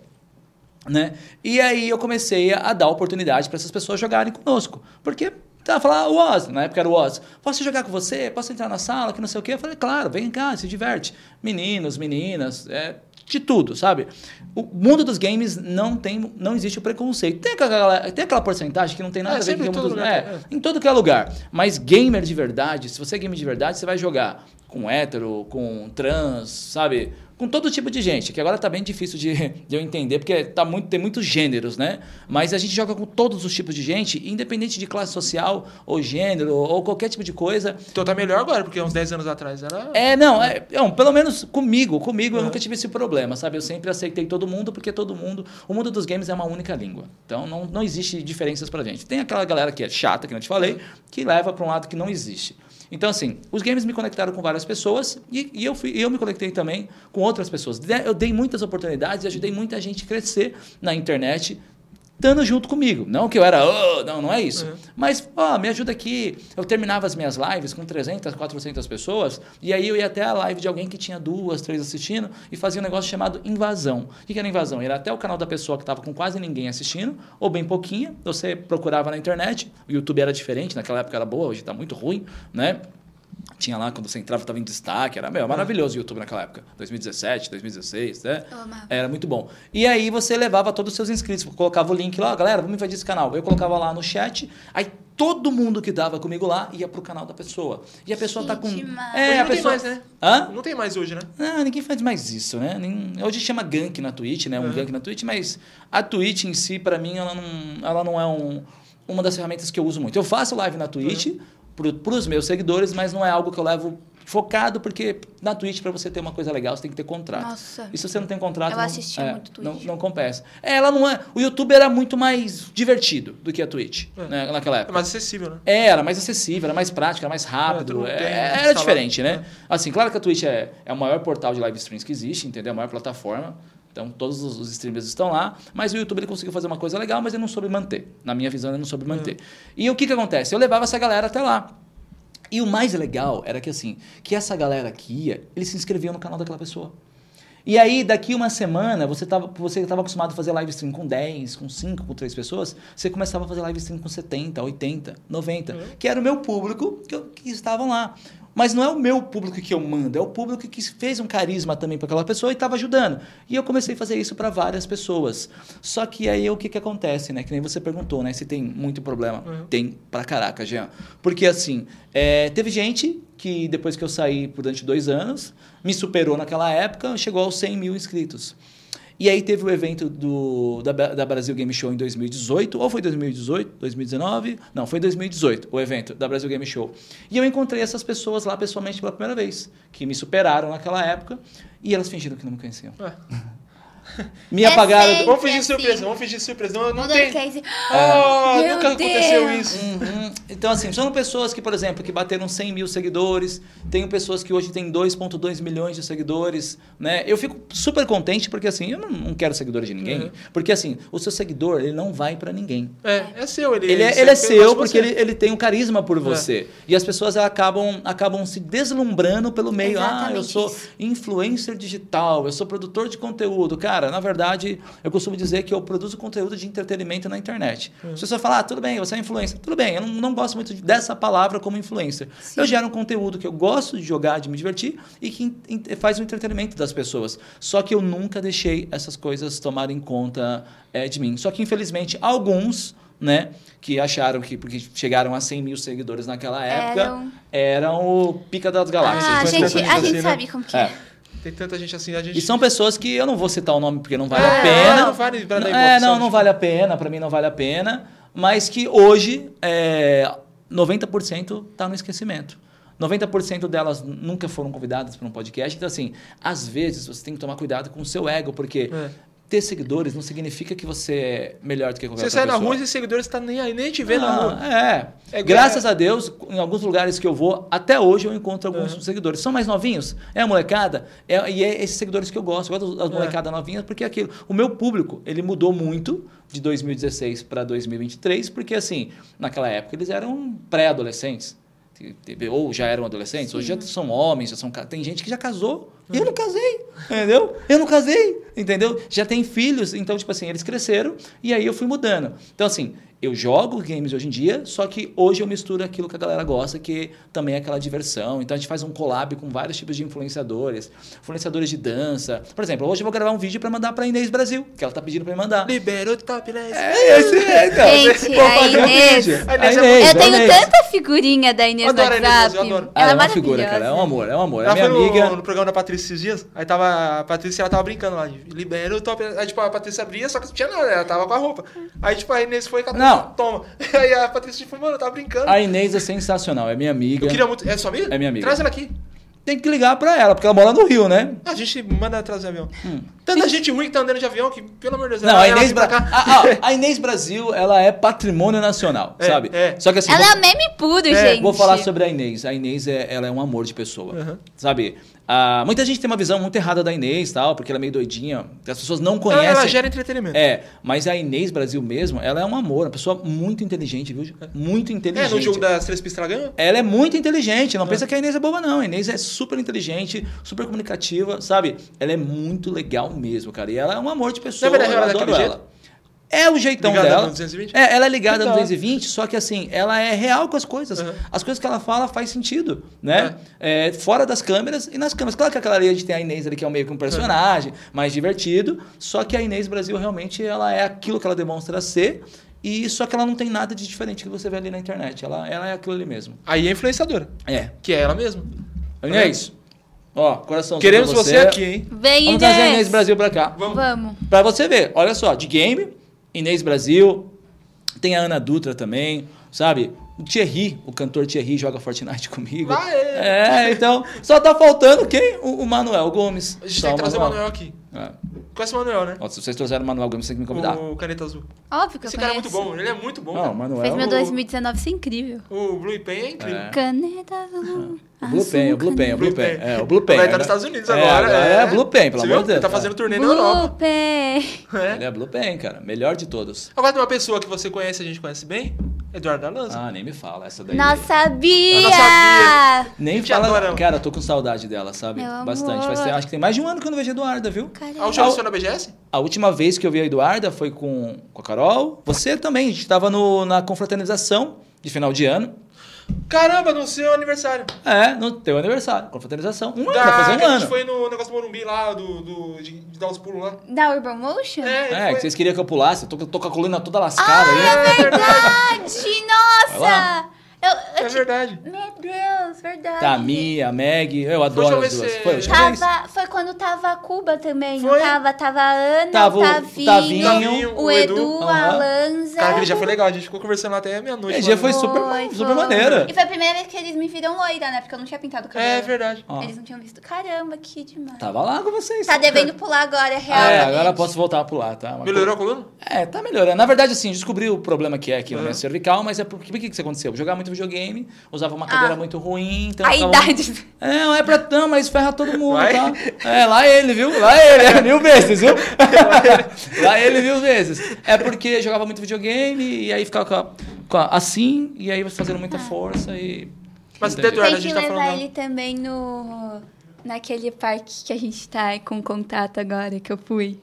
Né? E aí eu comecei a, a dar oportunidade para essas pessoas jogarem conosco. Porque tá falar o Oz, na época era o Oz. Posso jogar com você? Posso entrar na sala, que não sei o quê? Eu falei, claro, vem cá, se diverte. Meninos, meninas, é, de tudo, sabe? O mundo dos games não tem, não existe o preconceito. Tem aquela, galera- tem aquela porcentagem que não tem nada É, a ver sempre com o em mundo todo dos lugar, é, é. em todo que é lugar. Mas gamer de verdade, se você é gamer de verdade, você vai jogar com hétero, com trans, sabe? Com todo tipo de gente, que agora tá bem difícil de, de eu entender, porque tá muito, tem muitos gêneros, né? Mas a gente joga com todos os tipos de gente, independente de classe social, ou gênero, ou qualquer tipo de coisa. Então tá melhor agora, porque uns 10 anos atrás era... É, não, é, não, pelo menos comigo, comigo eu nunca tive esse problema, sabe? Eu sempre aceitei todo mundo, porque todo mundo. O mundo dos games é uma única língua. Então não, não existe diferenças pra gente. Tem aquela galera que é chata, que não te falei, que leva pra um lado que não existe. Então, assim, os games me conectaram com várias pessoas e, e eu, fui, eu me conectei também com outras pessoas. De- Eu dei muitas oportunidades e ajudei muita gente a crescer na internet, estando junto comigo. Não que eu era, "Oh", não, não é isso. Mas, ó, me ajuda aqui. Eu terminava as minhas lives com 300, 400 pessoas, e aí eu ia até a live de alguém que tinha duas, três assistindo, e fazia um negócio chamado invasão. O que que era invasão? Era até o canal da pessoa que estava com quase ninguém assistindo, ou bem pouquinha. Você procurava na internet, o YouTube era diferente, naquela época era boa, hoje está muito ruim, né? Tinha lá, quando você entrava, tava em destaque. Era, meu, maravilhoso o YouTube naquela época. 2017, 2016, né? Eu amava. Era muito bom. E aí você levava todos os seus inscritos, colocava o link lá, galera, vamos invadir esse canal. Eu colocava lá no chat, aí todo mundo que dava comigo lá ia pro canal da pessoa. E a pessoa tá com. Que demais. Hoje É, a não tem pessoa. mais, né? Hã? Não tem mais hoje, né? Ah, ninguém faz mais isso, né? Nem- Hoje chama gank na Twitch, né? Um gank na Twitch, mas a Twitch em si, pra mim, ela não, ela não é um- uma das ferramentas que eu uso muito. Eu faço live na Twitch pro, pros meus seguidores, mas não é algo que eu levo focado, porque na Twitch, para você ter uma coisa legal, você tem que ter contrato. Nossa. E se você não tem contrato. Eu não, assistia é, muito Twitch. Não, não compensa. É, ela não é. O YouTube era muito mais divertido do que a Twitch né, naquela É época. mais acessível, né? É, era mais acessível, era mais prático, era mais É, tudo rápido. é, tem era instalado, diferente, né? Assim, claro que a Twitch é, é o maior portal de live streams que existe, entendeu? A maior plataforma. Então, todos os, os streamers estão lá. Mas o YouTube ele conseguiu fazer uma coisa legal, mas ele não soube manter. Na minha visão, ele não soube É. manter. E o que, que acontece? Eu levava essa galera até lá. E o mais legal era que, assim, que essa galera que ia, eles se inscreviam no canal daquela pessoa. E aí, daqui uma semana, você estava você tava acostumado a fazer live stream com 10, com 5, com 3 pessoas, você começava a fazer live stream com 70, 80, 90, que era o meu público que, eu- que estavam lá. Mas não é o meu público que eu mando, é o público que fez um carisma também para aquela pessoa e estava ajudando. E eu comecei a fazer isso para várias pessoas. Só que aí o que, que acontece, né? Que nem você perguntou, né? Se tem muito problema. Tem pra caraca, Jean. Porque assim, é, teve gente que depois que eu saí por durante dois anos, me superou naquela época, chegou aos 100 mil inscritos. E aí teve o evento do, da, Ba- da Brasil Game Show em 2018, ou foi 2018, 2019? Não, foi 2018 o evento da Brasil Game Show. E eu encontrei essas pessoas lá pessoalmente pela primeira vez, que me superaram naquela época, e elas fingiram que não me conheciam. Ué. Me É apagaram. do- sempre É. Vamos fingir assim. surpresa, vamos fingir surpresa. Não, não Mudou tem. de case. Ah, Meu nunca aconteceu Deus. isso. Uhum. Então, assim, são pessoas que, por exemplo, que bateram 100 mil seguidores, tem pessoas que hoje têm 2,2 milhões de seguidores, né? Eu fico super contente porque, assim, eu não, não quero seguidor de ninguém, Uhum. porque, assim, o seu seguidor, ele não vai pra ninguém. É, é seu. Ele, Ele é, sempre ele é fez seu você. É. porque ele, ele tem um carisma por você. E as pessoas elas acabam, acabam se deslumbrando pelo meio. ah, eu Exatamente sou isso. influencer digital, eu sou produtor de conteúdo. Cara, na verdade, eu costumo dizer que eu produzo conteúdo de entretenimento na internet. As pessoas falam, ah, tudo bem, você é influencer. Tudo bem, eu não, não gosto muito de- dessa palavra como influencer. Sim. Eu gero um conteúdo que eu gosto de jogar, de me divertir e que en- en- faz o entretenimento das pessoas. Só que eu nunca deixei essas coisas tomarem conta eh, de mim. Só que, infelizmente, alguns né? Que acharam que, porque chegaram a 100 mil seguidores naquela época, Eram- eram, o pica das galáxias. um- Ah, mas gente, tem a coisa gente assim, né? sabe como que é. É. Tem tanta gente assim, a gente. E são pessoas que eu não vou citar o nome porque não vale É, a pena. não vale pra dar é, impressão, não, não tipo. vale a pena, pra mim não vale a pena, mas que hoje é, 90% tá no esquecimento. 90% delas nunca foram convidadas para um podcast. Então, assim, às vezes você tem que tomar cuidado com o seu ego, porque É. ter seguidores não significa que você é melhor do que qualquer Você outra sai na pessoa. rua e os seguidores tá nem aí, nem te vê na Ah, rua. É. É igual- Graças a Deus, em alguns lugares que eu vou, até hoje eu encontro É. alguns seguidores. São mais novinhos, é a molecada, é- e é esses seguidores que eu gosto. Eu gosto das É. molecadas novinhas, porque é aquilo. O meu público, ele mudou muito de 2016 para 2023, porque assim, naquela época eles eram pré-adolescentes. Teve- Ou já eram adolescentes, hoje já são homens, já são. ca- Tem gente que já casou. Hum. E eu não casei, entendeu? Eu não casei, entendeu? Já tem filhos, então, tipo assim, eles cresceram e aí eu fui mudando. Então, assim, eu jogo games hoje em dia, só que hoje eu misturo aquilo que a galera gosta, que também é aquela diversão. Então a gente faz um collab com vários tipos de influenciadores, influenciadores de dança. Por exemplo, hoje eu vou gravar um vídeo pra mandar pra Inês Brasil, que ela tá pedindo pra eu mandar. Libera o top, né? É esse, é, então. Gente, Vou a fazer um Inês- vídeo. a Inês é- Inês, Eu tenho Inês. tanta figurinha da Inês no Adoro a Inês, WhatsApp. eu adoro. Ah, ela é uma maravilhosa. figura, cara. É um amor, é um amor. Ela é minha foi no, amiga. no programa da Patrícia esses dias, aí tava a Patrícia, ela tava brincando lá, de, libera o top. Aí tipo, a Patrícia abria, só que não tinha nada, ela tava com a roupa. Aí tipo, a Inês foi e catou, Não. toma. Aí a Patrícia tipo, mano, eu tava brincando. A Inês é sensacional, é minha amiga. eu queria muito... É sua amiga? É minha amiga. Traz ela aqui. Tem que ligar pra ela, porque ela mora no Rio, né? A gente manda ela trazer o avião. Tanta gente ruim que tá andando de avião que, pelo amor de Deus, Hum. Não, ela- a ela Inês, vem pra Bra- cá. Ah, ah, a Inês Brasil, ela é patrimônio nacional, É, sabe? é. Só que assim, Ela vou- é meme puro, gente. Vou falar sobre a Inês. A Inês, é, ela é um amor de pessoa, Uhum. sabe? Ah, muita gente tem uma visão muito errada da Inês, tal, porque ela é meio doidinha. As pessoas não Ela, conhecem. ela gera entretenimento. É, mas a Inês Brasil mesmo, ela é um amor, uma pessoa muito inteligente, viu? Muito inteligente. É, no jogo das três pistas ela ganhou? Ela é muito inteligente, Ah. não pensa que a Inês é boba, não. A Inês é super inteligente, super comunicativa, sabe? Ela é muito legal mesmo, cara. E ela é um amor de pessoa. Na verdade, eu ela é adoro daquele ela. É o jeitão Ligada Então. dela. no 220? É, ela é ligada no Legal. 220, só que assim, ela é real com as coisas. Uhum. As coisas que ela fala faz sentido, né? É, fora das câmeras e nas câmeras. Claro que aquela ali a gente tem a Inês ali, que é meio que um personagem, mais divertido. Só que a Inês Brasil realmente ela é aquilo que ela demonstra ser. E só que ela não tem nada de diferente que você vê ali na internet. Ela, ela é aquilo ali mesmo. Aí é influenciadora, É. que é ela mesma. Então, Inês, ó, coração. Queremos você aqui, hein? Vem, Vamos Inês. trazer a Inês Brasil pra cá. Vamos. Pra você ver, olha só, de game, Inês Brasil, tem a Ana Dutra também, sabe? O Thierry, o cantor Thierry, joga Fortnite comigo. Vai, é. é, então. Só tá faltando quem? O, o Manuel Gomes. A gente Só tem que trazer o Manuel aqui. É. Conhece o Manuel, né? Ó, se vocês trouxeram o Manuel Gomes, vocês têm que me convidar. O Caneta Azul. Óbvio que Esse eu cara é conheço. muito bom, ele é muito bom. Não, o cara. Manuel. Fez meu o- 2019 ser incrível. O Blue Pen é incrível. É. Caneta azul. O Blue Pen, é o Blue Pen, o Blue Pen. É, o Blue Pen. Vai estar nos Estados Unidos É, agora. né? É, Blue Pen, pelo Você amor viu? de Deus. é. Ele tá cara. fazendo turnê na Europa. Blue Pen. É. Ele é Blue Pen, cara. Melhor de todos. Agora tem uma pessoa que você conhece, a gente conhece bem. Eduardo Alanza. Ah, nem me fala essa daí. Nossa Bia! Eu não sabia. Nem Gente, fala. adora. Cara, eu tô com saudade dela, sabe? Meu amor. Bastante. Faz, acho que tem mais de um ano que eu não vejo a Eduarda, viu? a Caramba. última Al- edição da BGS? A última vez que eu vi a Eduarda foi com, com a Carol. Você também. A gente tava no, na confraternização de final de ano. Caramba, no seu aniversário. É, no teu aniversário. Confraternização. Um ano, Da- vai fazer que um A gente ano. foi no negócio do Morumbi lá, do, do- de, de dar os pulos lá. Da Urban Motion? É, ele É, foi. que vocês queriam que eu pulasse. Eu tô, tô com a coluna toda lascada aí. né? É verdade. Tadinho, nossa! Vai lá. Eu, eu É te- verdade. Meu Deus, verdade. Tá, a Mia, a Meg, eu Deixa adoro eu as ver duas. se- Foi, deixa eu ver isso. Tava, foi quando tava a Cuba também, não Foi. tava? Tava a Ana, Tava o- o Tavinho, Tavinho, Tavinho, o, o Edu, Edu, a aham. Lanza. Cara, aquele dia foi legal, a gente ficou conversando lá até meia-noite. Esse dia mano. É, foi super- super maneiro. E foi a primeira vez que eles me viram loira, né? Porque eu não tinha pintado o cabelo. É verdade. Ó, Eles não tinham visto. Caramba, que demais. Tava lá com vocês. Tá devendo pular agora, Ah, realmente. é, agora eu posso voltar a pular, tá? Uma Melhorou a coluna? É, tá melhorando. Na verdade, assim, descobri o problema que é aqui no Uhum. meu cervical, mas é porque por que que isso aconteceu? Eu jogava muito videogame, usava uma cadeira Ah. muito ruim, então. A eu ficava- idade. É, não é pra tão, mas ferra todo mundo, Vai. tá? É, lá ele, viu? Lá ele, é, mil vezes, viu? lá ele mil vezes. É porque jogava muito videogame e aí ficava com a- com a- assim, e aí você fazendo Ah. muita força e. Mas Entendi. Tem Eduardo, a que gente tá levar um falando. ele também no. Naquele parque que a gente tá com contato agora, que eu fui.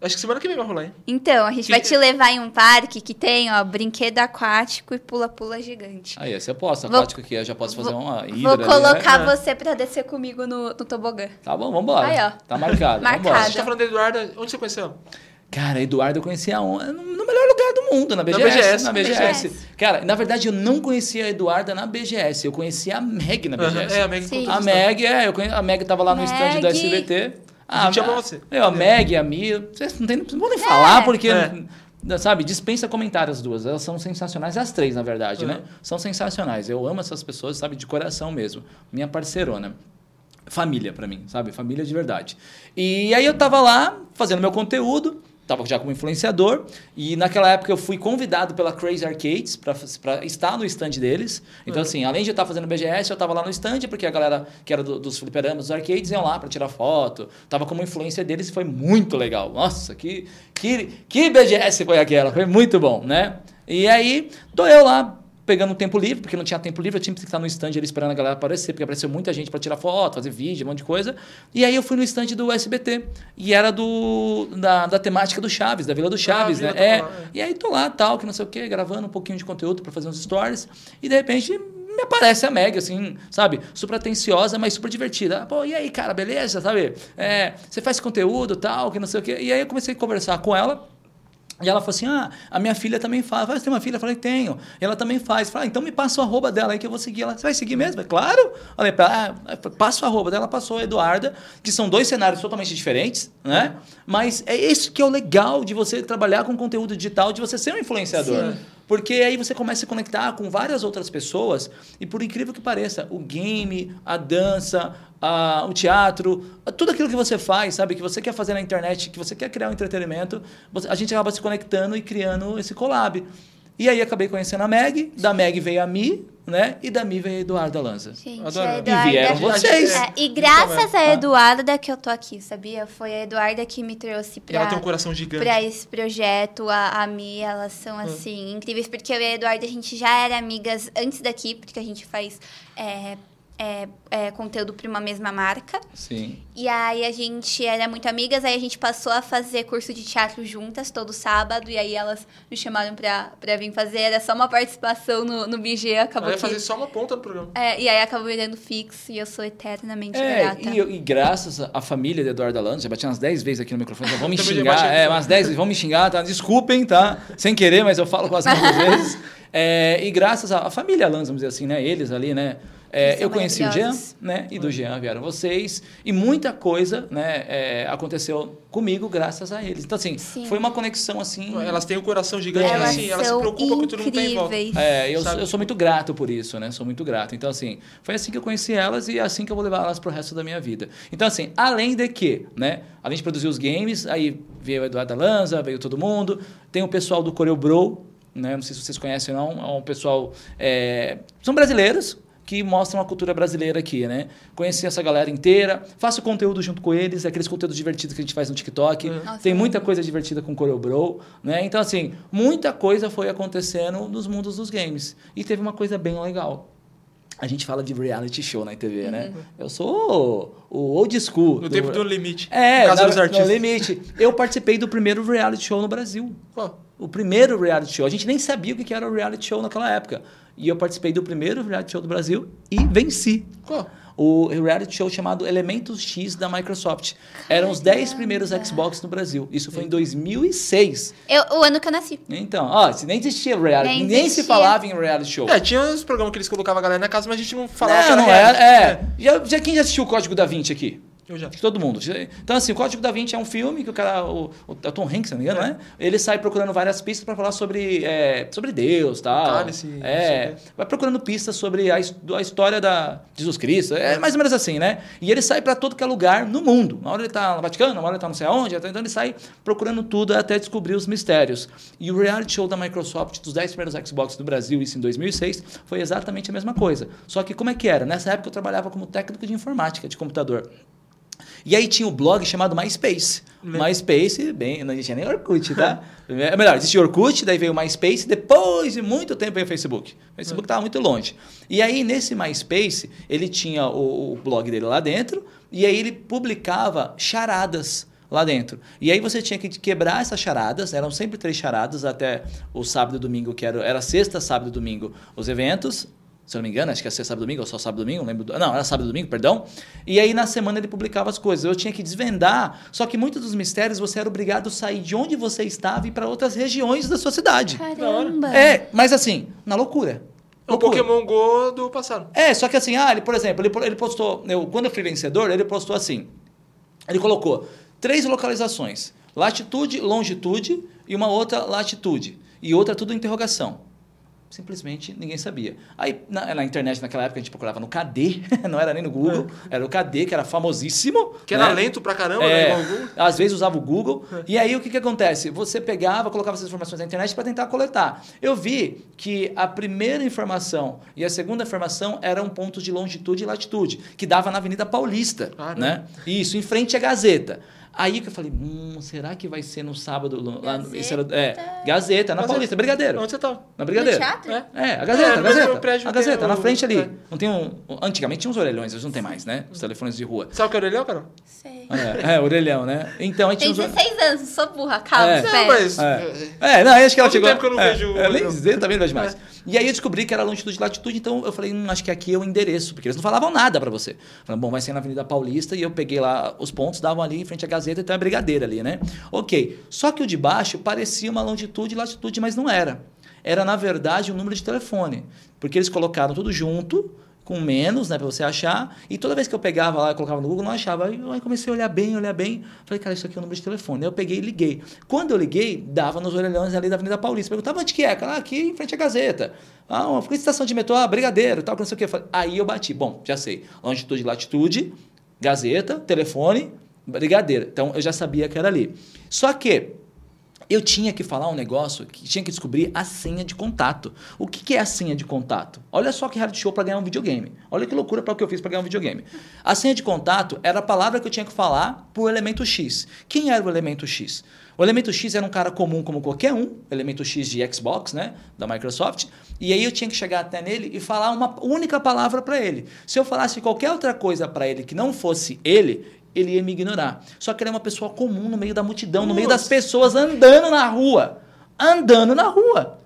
Acho que semana que vem vai rolar, hein? Então, a gente Que- vai te levar em um parque que tem, ó, brinquedo aquático e pula-pula gigante. Aí, essa é eu posso, Vou- aquático aqui, eu já Ah, posso fazer Vou- uma hidra. Vou ali, né? colocar É. você pra descer comigo no, no tobogã. Tá bom, vambora. Aí, ó. Tá marcado. Marcado. A Vambora. gente tá falando da Eduarda. Onde você conheceu ela? Cara, Eduardo eu conhecia on- no no melhor lugar do mundo, na BGS. BGS. Na BGS. BGS. Cara, na verdade eu não conhecia a Eduarda na BGS, eu conhecia a Meg na Aham, BGS. É, a Meg Sim. contou A isso. Meg, é, eu conhe... a Meg tava lá no stand Meg. da SBT. A gente ama a- você. Eu, Ah, é, a Meg, a Mia, vocês não, tem, não vou nem falar, porque, É. sabe, dispensa comentários as duas. Elas são sensacionais, as três, na verdade, Uhum. né? São sensacionais. Eu amo essas pessoas, sabe, de coração mesmo. Minha parceirona. Família pra mim, sabe? Família de verdade. E aí eu tava lá fazendo meu conteúdo, tava já como influenciador, e naquela época eu fui convidado pela Crazy Arcades pra- pra estar no stand deles. Então, assim, além de eu estar fazendo BGS, eu tava lá no stand, porque a galera que era do- dos fliperamas, dos arcades, iam lá pra tirar foto. Tava como influência deles e foi muito legal. Nossa, que, que, que BGS foi aquela? Foi muito bom, né? E aí, tô eu lá pegando um tempo livre, porque não tinha tempo livre, eu tinha que estar no stand ali esperando a galera aparecer, porque apareceu muita gente para tirar foto, fazer vídeo, um monte de coisa. E aí eu fui no stand do SBT, e era do da, da temática do Chaves, da Vila do Chaves, Ah, Vila né? do É, Chaves, é. e aí tô lá, tal, que não sei o quê, gravando um pouquinho de conteúdo para fazer uns stories, e de repente me aparece a Meg, assim, sabe? Super atenciosa, mas super divertida. Ah, Pô, e aí, cara, beleza? Sabe? É, você faz conteúdo, tal, que não sei o quê. E aí eu comecei a conversar com ela, e ela falou assim: Ah, a minha filha também faz. Eu falei, Você tem uma filha? Eu falei, tenho. E ela também faz. Eu falei, ah, então me passa o arroba dela aí que eu vou seguir. Ela, você vai seguir mesmo? Eu falei, claro. Eu Falei, pra ela, ah, passa o arroba dela, ela passou a Eduarda, que são dois cenários totalmente diferentes, né? Mas é isso que é o legal de você trabalhar com conteúdo digital, de você ser um influenciador. Porque aí você começa a se conectar com várias outras pessoas, e por incrível que pareça, o game, a dança, a- o teatro, a- tudo aquilo que você faz, sabe, que você quer fazer na internet, que você quer criar um entretenimento, você- a gente acaba se conectando e criando esse collab. E aí acabei conhecendo a Meg, da Meg veio a Mi, né? E da Mi veio a Eduarda Lanza. Gente, Adoro. a E Eduarda. vieram vocês. É, e graças Então, a é. Eduarda que eu tô aqui, sabia? Foi a Eduarda que me trouxe E ela tem pra, um coração gigante. pra esse projeto. A, a Mi, elas Hum. são, assim, incríveis. Porque eu e a Eduarda, a gente já era amigas antes daqui, porque a gente faz é, é, é, conteúdo pra uma mesma marca. Sim. E aí a gente era muito amigas, aí a gente passou a fazer curso de teatro juntas todo sábado, e aí elas me chamaram pra, pra vir fazer, era só uma participação no, no BG, Ela acabou ia que... fazer só uma ponta no programa. É, e aí acabou virando fixo, e eu sou eternamente É, grata. e, eu- e graças à família de Eduardo Alano, já bati umas 10 vezes aqui no microfone, já vão me Também já xingar, bati. é, umas 10 vezes, vão me xingar, tá? Desculpem, tá? Sem querer, mas eu falo quase muitas vezes. É, e graças à à família Alano, vamos dizer assim, né? Eles ali, né? É, São eu conheci o Jean, maravilhosos. né? E do Jean vieram vocês. E muita coisa, né? é, aconteceu comigo graças a eles. Então, assim, Sim. foi uma conexão, assim... Elas têm um coração gigante, mas Elas assim, elas se são preocupam com o que tu não tem em volta. incríveis. É, eu, Sabe? eu sou muito grato por isso, né? Sou muito grato. Então, assim, foi assim que eu conheci elas e é assim que eu vou levar elas pro resto da minha vida. Então, assim, além de que, né? Além de produzir os games, aí veio a Eduarda Lanza, veio todo mundo. Tem o pessoal do Corel Bro, né? Não sei se vocês conhecem ou não. É um pessoal... é, São brasileiros que mostram a cultura brasileira aqui, né? Conheci essa galera inteira, faço conteúdo junto com eles, é aqueles conteúdos divertidos que a gente faz no É. TikTok. Nossa, Tem muita coisa divertida com Corel Bro, né? Então, assim, muita coisa foi acontecendo nos mundos dos games. E teve uma coisa bem legal. A gente fala de reality show na TV, né? Eu sou o old school. No tempo do limite. É, no caso na- dos artistas. no limite. Eu participei do primeiro reality show no Brasil. Qual? O primeiro reality show. A gente nem sabia o que que era o reality show naquela época. E eu participei do primeiro reality show do Brasil e venci. Qual? O reality show chamado Elementos X da Microsoft. Eram os 10 primeiros Xbox no Brasil. Isso foi em 2006. Eu, o ano que eu nasci. Então, ó, se nem existia reality, Nem nem, existia. se falava em reality show. É, tinha os programas que eles colocavam a galera na casa, mas a gente não falava que era não, não era. reality. É. Já, já quem já assistiu o Código da Vinci aqui? Eu já. Acho que todo mundo. Então, assim, o Código da Vinci é um filme que o cara, o, o é o Tom Hanks, se não me engano, né? Ele sai procurando várias pistas para falar sobre, é, sobre Deus tal. Cálice, é, não sei vai procurando pistas sobre a, his- do- a história da de Jesus Cristo. É mais ou menos assim, né? E ele sai para todo que é lugar no mundo. Uma hora ele tá no Vaticano, uma hora ele tá não sei aonde. Então ele sai procurando tudo até descobrir os mistérios. E o reality show da Microsoft, dos 10 primeiros Xbox do Brasil, isso em 2006, foi exatamente a mesma coisa. Só que como é que era? Nessa época eu trabalhava como técnico de informática, de computador. E aí tinha o blog chamado MySpace. MySpace, bem, não existia nem Orkut, tá? É melhor, existia Orkut, daí veio o MySpace, depois de muito tempo veio o Facebook. O Facebook estava muito longe. E aí, nesse MySpace, ele tinha o, o blog dele lá dentro, e aí ele publicava charadas lá dentro. E aí você tinha que quebrar essas charadas, eram sempre três charadas, até o sábado e domingo, que era, era sexta, sábado e domingo, os eventos, se eu não me engano, acho que é sexta, sábado e domingo, ou só sábado e domingo, não lembro. do- Não, era sábado e domingo, perdão. E aí na semana ele publicava as coisas. Eu tinha que desvendar, só que muitos dos mistérios você era obrigado a sair de onde você estava e ir para outras regiões da sua cidade. Caramba. É, mas assim, na loucura. É o Loucura. Pokémon Go do passado. É, só que assim, ah, ele, por exemplo, ele, ele postou, eu, quando eu fui vencedor, ele postou assim, ele colocou três localizações, latitude, longitude e uma outra latitude, e outra tudo interrogação. Simplesmente ninguém sabia. Aí na, na internet naquela época a gente procurava no KD, não era nem no Google, era o KD que era famosíssimo. É. Que era né? lento pra caramba, É, né? igual o Go. às vezes usava o Google. E aí o que, que acontece? Você pegava, colocava essas informações na internet para tentar coletar. Eu vi que a primeira informação e a segunda informação eram pontos de longitude e latitude, que dava na Avenida Paulista. Ah, né? Isso, em frente à Gazeta. Aí que eu falei, hum, será que vai ser no sábado? no- Lá no, isso era- é, Gazeta, na Gazeta. Paulista, Brigadeiro. Onde você tava? Na No Brigadeiro. teatro? É. É, a Gazeta, É, a no Gazeta. meu prédio A tem Gazeta, o- na frente ali. é. Não tem um. Antigamente tinha uns orelhões, hoje não tem mais, né? Os telefones de rua. Sabe o que é orelhão, cara? Sei. É, é, orelhão, né? Então a gente Tem usou- 16 anos, não sou burra, calma, É. espera. Não, mas... É. é, não, acho que Faz um ela chegou. tempo que eu não é, vejo o é, nem orelhão. dizer, também não vejo mais. E aí eu descobri que era longitude e latitude, então eu falei, hum, acho que aqui é o endereço, porque eles não falavam nada pra você. Falaram, bom, vai ser na Avenida Paulista, e eu peguei lá os pontos, davam ali em frente à Gazeta, então é brigadeira ali, né? Ok. Só que o de baixo parecia uma longitude e latitude, mas não era. Era, na verdade, um número de telefone. Porque eles colocaram tudo junto, com menos, né, pra você achar. E toda vez que eu pegava lá, eu colocava no Google, não achava. Aí eu comecei a olhar bem, olhar bem. Falei, cara, isso aqui é o número de telefone. Aí eu peguei e liguei. Quando eu liguei, dava nos orelhões ali da Avenida Paulista. Perguntava onde que é? Cara, "Ah, aqui em frente à Gazeta. Ah, uma estação de metrô, ah, Brigadeiro, tal, que não sei o quê. Falei, Aí eu bati. Bom, já sei. Longitude, e latitude, Gazeta, telefone, Brigadeiro. Então eu já sabia que era ali. Só que eu tinha que falar um negócio que tinha que descobrir a senha de contato. O que, que é a senha de contato? Olha só que reality show para ganhar um videogame. Olha que loucura para o que eu fiz para ganhar um videogame. A senha de contato era a palavra que eu tinha que falar pro elemento X. Quem era o elemento X? O elemento X era um cara comum como qualquer um, elemento X de Xbox, né, da Microsoft. E aí eu tinha que chegar até nele e falar uma única palavra para ele. Se eu falasse qualquer outra coisa para ele que não fosse ele, ele ia me ignorar. Só que ele é uma pessoa comum no meio da multidão, no meio das pessoas andando na rua. Andando na rua.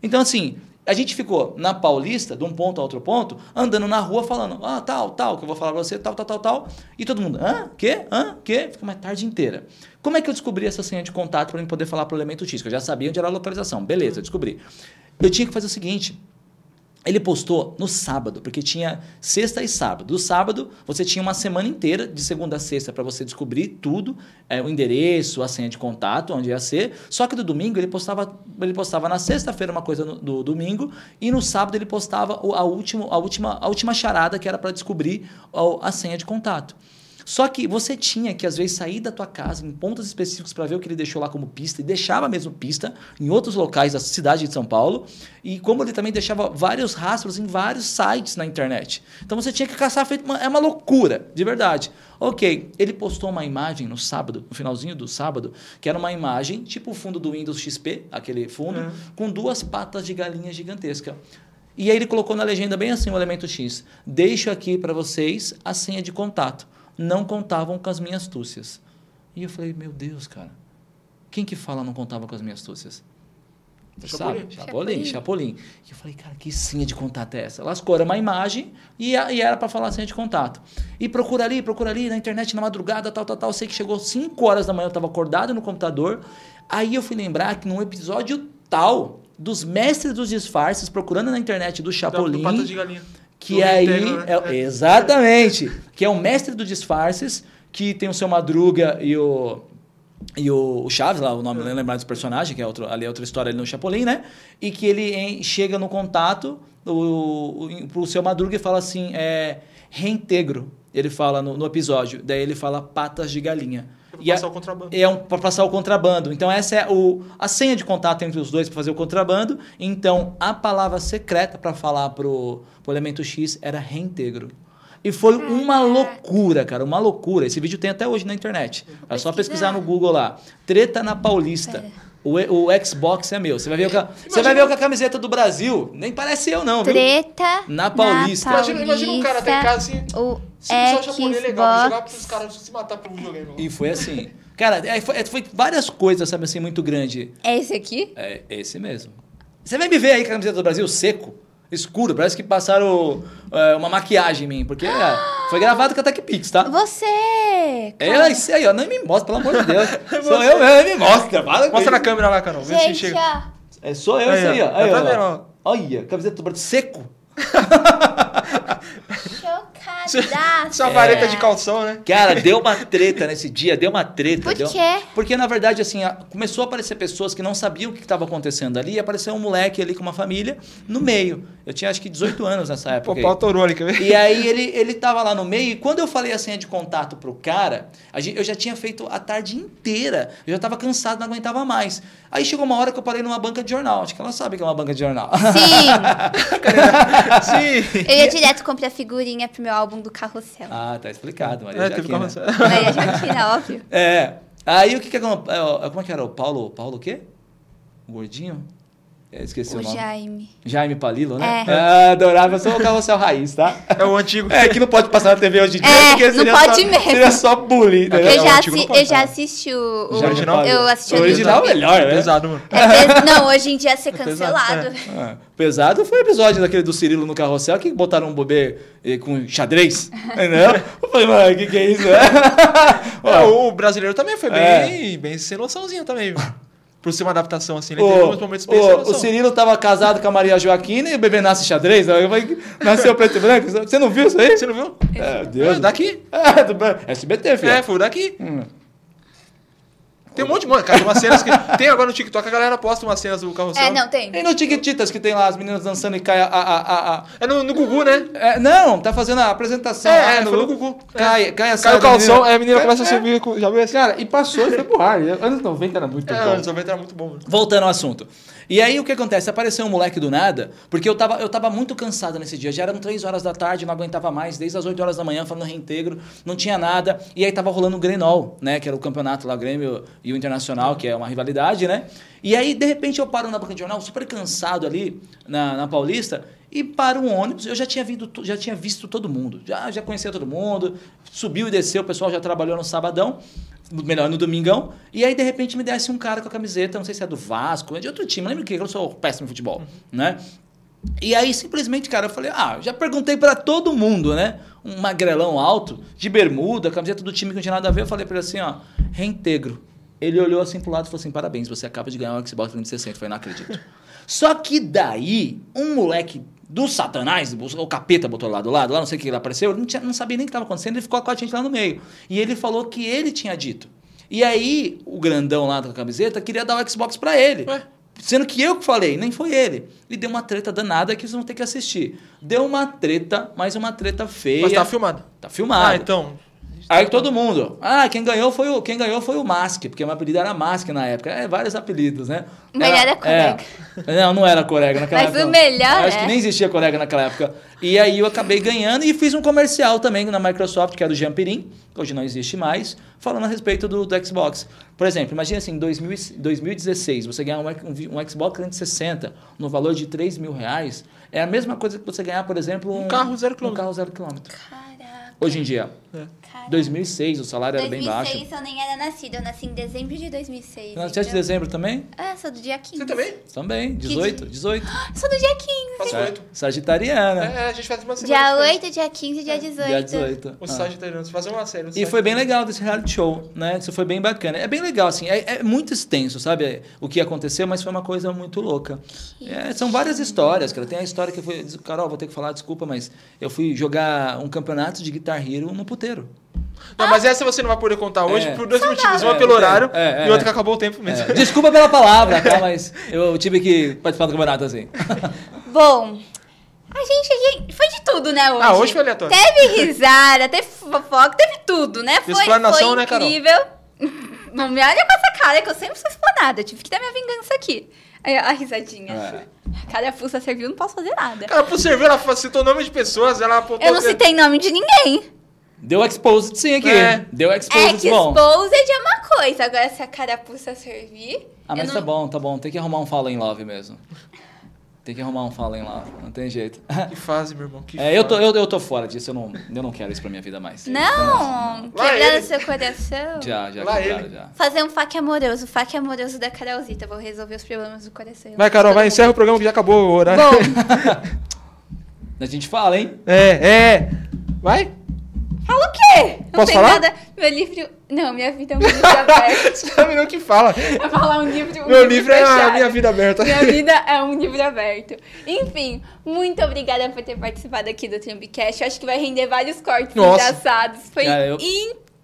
Então, assim, a gente ficou na Paulista, de um ponto a outro ponto, andando na rua falando, ah, tal, tal, que eu vou falar pra você, tal, tal, tal, tal. E todo mundo, hã? Quê? Hã? Quê? Ficou uma tarde inteira. Como é que eu descobri essa senha de contato para mim poder falar pro elemento X? Que eu já sabia onde era a localização. Beleza, eu descobri. Eu tinha que fazer o seguinte: Ele postou no sábado, porque tinha sexta e sábado. Do sábado, você tinha uma semana inteira, de segunda a sexta, para você descobrir tudo, é, o endereço, a senha de contato, onde ia ser. Só que do domingo, ele postava, ele postava na sexta-feira uma coisa no- do domingo, e no sábado ele postava o- a, último, a, última, a última charada, que era para descobrir ó, a senha de contato. Só que você tinha que, às vezes, sair da tua casa em pontos específicos para ver o que ele deixou lá como pista, e deixava mesmo pista em outros locais da cidade de São Paulo, e como ele também deixava vários rastros em vários sites na internet. Então você tinha que caçar feito. Uma, é uma loucura, de verdade. Ok, ele postou uma imagem no sábado, no finalzinho do sábado, que era uma imagem, tipo o fundo do Windows XP, aquele fundo, com duas patas de galinha gigantesca. E aí ele colocou na legenda bem assim o elemento X. Deixo aqui para vocês a senha de contato. Não contavam com as minhas astúcias. E eu falei, meu Deus, cara. Quem que fala não contava com as minhas astúcias? Você Chapolin. sabe? Chapolin, Chapolin. E eu falei, cara, que senha de contato é essa? Lascou, era uma imagem e, a- e era para falar a senha de contato. E procura ali, procura ali, na internet, na madrugada, tal, tal, tal. Sei que chegou 5 horas da manhã, eu estava acordado no computador. Aí eu fui lembrar que num episódio tal, dos mestres dos disfarces, procurando na internet do Da- do Chapolin, pata de galinha. que Do aí. Integra, né? é- Exatamente! Que é o mestre dos disfarces, que tem o seu Madruga e o. E o, o Chaves, lá, o nome não lembrar desse personagem, que é outro, ali é outra história ali no Chapolin, né? E que ele em- chega no contato o, o, pro seu Madruga e fala assim: é, reintegro. Ele fala no, no episódio. Daí ele fala patas de galinha. Pra E a- passar o contrabando. é um, para passar o contrabando. Então, essa é o, a senha de contato entre os dois para fazer o contrabando. Então, a palavra secreta para falar pro, pro elemento X era reintegro. E foi uma loucura, cara, uma loucura. Esse vídeo tem até hoje na internet. É pesquisar. só É. pesquisar no Google lá. Treta na Paulista. O, e- o Xbox é meu. Você vai ver o ca- você vai ver o com a camiseta do Brasil. Nem parece eu não, viu? Treta Na Paulista. Imagina, imagina um cara até em casa assim. O Se o japonês é legal, vou jogar pros Xbox. caras se matar por um videogame. E foi assim. Cara, é, foi, é, foi várias coisas, sabe assim, muito grande. É esse aqui? É esse mesmo. Você vai me ver aí com a camiseta do Brasil seco, escuro, parece que passaram é, uma maquiagem em mim, porque é, foi gravado com a Tech Pix, Ah. tá? Você! É isso aí, ó, não me mostra, pelo amor de Deus. sou eu mesmo, me mostra. Para com Mostra na isso. câmera lá, Carol. Vê se Gente, chega. ó. É, sou eu Aí, isso aí, ó. ó. Aí, Tá ó. vendo, ó? Olha, camiseta do Brasil seco. Chocada. Isso é uma vareta de calção, né? Cara, deu uma treta nesse dia, deu uma treta. Por deu- quê? Porque, na verdade, assim, a- começou a aparecer pessoas que não sabiam o que estava acontecendo ali, e apareceu um moleque ali com uma família no meio. Eu tinha acho que 18 anos nessa época. Pô, aí. pau torou ali, quer ver? E aí ele, ele tava lá no meio, e quando eu falei a senha de contato pro cara, a gente- eu já tinha feito a tarde inteira. Eu já tava cansado, não aguentava mais. Aí chegou uma hora que eu parei numa banca de jornal. Acho que ela sabe que é uma banca de jornal. Sim! Sim. Eu ia direto comprar figurinha pro meu álbum do Carrossel. ah, tá explicado, Maria É, teve Joaquina. calma. Maria Joaquina, óbvio. É. Aí o que que é... Como é que era? O Paulo... Paulo o quê? O gordinho? É, esqueci o, O nome. Jaime. Jaime Palilo, né? É. Ah, adorava. Eu sou o carrossel raiz, tá? É o antigo. É, que não pode passar na TV hoje em dia, É, porque não seria, pode só, mesmo. seria só bullying, entendeu? Eu o já, antigo assi- não pode eu já falar. assisti o. o- Já original? Eu assisti O no original é YouTube. melhor, né? Pesado, mano. É pes- Não, hoje em ia ser cancelado. Ah, pesado foi o episódio daquele do Cirilo no carrossel que botaram um bebê eh, com xadrez. Entendeu? Eu falei, mano, o que, que é isso? É, Ó, É. o brasileiro também foi bem, bem sem noçãozinho também. Por ser uma adaptação assim, ele teve o, alguns momentos bem sem o, o noção. Cirilo tava casado com a Maria Joaquina e o bebê nasce xadrez. Eu falei, nasceu preto e branco. Você não viu isso aí? Você não viu? É, É, Deus. daqui. É, do Bra- SBT, filho. Hum. É, foi o daqui. Tem um monte de. Mano, cara, tem umas cenas que. Tem agora no TikTok, a galera posta umas cenas do carrossel. É, não, tem. E no Tiquititas que tem lá as meninas dançando e cai a- a- a- a, É no, no Gugu, né? É, não, tá fazendo a apresentação. É, lá né? é, foi no Gugu. Cai, cai a Cai saia o da calção, aí a menina Cai- começa a é. subir. com- Já viu esse? Cara, e passou e foi pro ar. Anos 90 era muito É, bom. anos 90 era muito bom, mano. Voltando ao assunto. E aí o que acontece? Apareceu um moleque do nada, porque eu tava, eu tava muito cansado nesse dia. Já eram 3 horas da tarde, não aguentava mais, desde as 8 horas da manhã, falando reintegro, não tinha nada. E aí tava rolando o Grenol, né? Que era o campeonato lá, o Grêmio e o Internacional, que é uma rivalidade, né? E aí, de repente, eu paro na banca de jornal, super cansado ali, na, na Paulista, e para um ônibus, eu já tinha, vindo, to- já tinha visto todo mundo, já, já conhecia todo mundo, subiu e desceu, o pessoal já trabalhou no sabadão, melhor, no domingão, e aí de repente me desce um cara com a camiseta, não sei se é do Vasco, é de outro time, lembra que eu sou péssimo em futebol, né? E aí, simplesmente, cara, eu falei, ah, já perguntei pra todo mundo, né? Um magrelão alto, de bermuda, camiseta do time que não tinha nada a ver. Eu falei pra ele assim, ó, reintegro. Ele olhou assim pro lado e falou assim, parabéns, você acaba de ganhar um Xbox 360. Eu falei, não acredito. Só que daí, um moleque do satanás, o o capeta botou lá do lado, lá não sei o que ele apareceu, ele não, tinha- não sabia nem o que estava acontecendo, ele ficou com a gente lá no meio. E ele falou que ele tinha dito. E aí, o grandão lá da camiseta queria dar o Xbox pra ele. Ué? Sendo que eu que falei, nem foi ele. E deu uma treta danada que vocês vão ter que assistir. Deu uma treta, mas uma treta feia. Mas tá filmado. Tá filmado. Ah, então. Aí todo mundo, ah, quem ganhou foi o, quem ganhou foi o Mask, porque meu apelido era Mask na época. É, vários apelidos, né? Mas era Corega. é. não, não era Corega naquela Mas o época. não. melhor Acho que é. nem existia Corega naquela época. E aí eu acabei ganhando e fiz um comercial também na Microsoft, que era do Jean Pirin, que hoje não existe mais, falando a respeito do, do Xbox. Por exemplo, imagina assim, em 2000 e- 2016, você ganhar um, um, um Xbox 360 no valor de 3 mil reais, é a mesma coisa que você ganhar, por exemplo, um, carro zero quilômetro. Um carro zero quilômetro. Caraca, Hoje em dia. cara. 2006, o salário era bem baixo. 2006 eu nem era nascida, eu nasci em dezembro de 2006. Você nasceu de então- dezembro também? Ah, sou do dia 15. Você também? Também, 18, dia? 18. Sou do dia 15. Faço oito. É. Sagitariana, É, a gente faz uma semana. Dia diferente. 8, dia 15 e dia 18. dia 18. O Ah. Sagitariano, você fazer uma série. tá E foi bem legal desse reality show, né? Isso foi bem bacana. É bem legal, assim, é, é muito extenso, sabe? O que aconteceu, mas foi uma coisa muito louca. É, são várias histórias, cara. Tem a história que eu fui. Carol, vou ter que falar, desculpa, mas eu fui jogar um campeonato de Guitar Hero no puteiro. Não, mas essa você não vai poder contar hoje É. por dois motivos. Uma É, pelo é, horário é, é, e outra que é. acabou o tempo mesmo. É, desculpa pela palavra, tá? Mas eu tive que participar do campeonato assim. Bom, a gente, a gente- foi de tudo, né, hoje? Ah, hoje foi aleatório. Teve risada, teve fofoca, teve tudo, né? Foi, Explanação, foi né, Carol? incrível. Não me olha com essa cara, que eu sempre sou explanada. Eu tive que dar minha vingança aqui. Aí, A, risadinha. É. A cara fuça serviu, não posso fazer nada. Cara, pro servir, ela citou nome de pessoas, ela apontou. Eu não citei nome de ninguém. Deu exposed sim aqui. É. Deu É exposed que bom. exposed é uma coisa. Agora, se a carapuça servir. Ah, eu mas não- é tá bom, tá bom. Tem que arrumar um Fallen in Love mesmo. Tem que arrumar um Fallen in Love, não tem jeito. Que fase, meu irmão. Que É, eu, tô, fase. eu, eu tô fora disso, eu não, eu não quero isso pra minha vida mais. Não, Lá quebrando ele. seu coração. Já, já, Lá quebraram, ele. já. Fazer um fac amoroso, o fac amoroso da Carolzita. Eu Vou resolver os problemas do coração. Vai, Carol, Todo vai, mundo. encerra o programa que já acabou o horário. Bom, A gente fala, hein? É, é. Vai? fala o quê? Não Posso tem falar? nada. Meu livro. Não, minha vida é um livro aberto. Sabe não que fala. Eu vou falar um livro. Um Meu livro é a fechado. minha vida aberta. Minha vida é um livro aberto. Enfim, muito obrigada por ter participado aqui do Trumpcast. Eu Acho que vai render vários cortes Nossa. engraçados. Foi Cara, eu-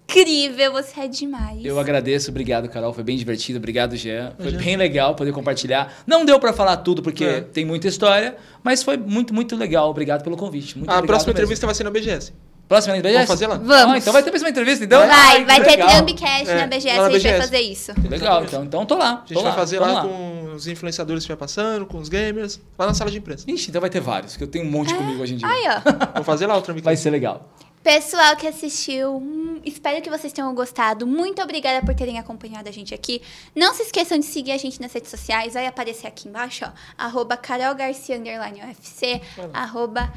incrível, você é demais. Eu agradeço, obrigado, Carol. Foi bem divertido, obrigado, Jean. Foi bem legal poder compartilhar. Não deu pra falar tudo, porque É. tem muita história, mas foi muito, muito legal. Obrigado pelo convite. Muito Ah, A obrigado próxima mesmo. entrevista vai ser na BGS. Próxima entrevista? Vamos fazer lá? Vamos. Ah, então vai ter mais uma entrevista, então? Vai, Ai, vai que ter legal. Trumpcast É, na BGS, lá na a gente vai BGS. fazer isso. Legal, então, então tô lá. A gente tô vai fazer vamos lá, com os influenciadores que vai passando, com os gamers, lá na sala de imprensa. Ixi, então vai ter vários, que eu tenho um É. monte comigo hoje em dia. Aí, ó. Vamos fazer lá o Trump Vai ser legal. Pessoal que assistiu, hum, espero que vocês tenham gostado. Muito obrigada por terem acompanhado a gente aqui. Não se esqueçam de seguir a gente nas redes sociais. Vai aparecer aqui embaixo, ó. Arroba Carol Garcia underline UFC. Arroba.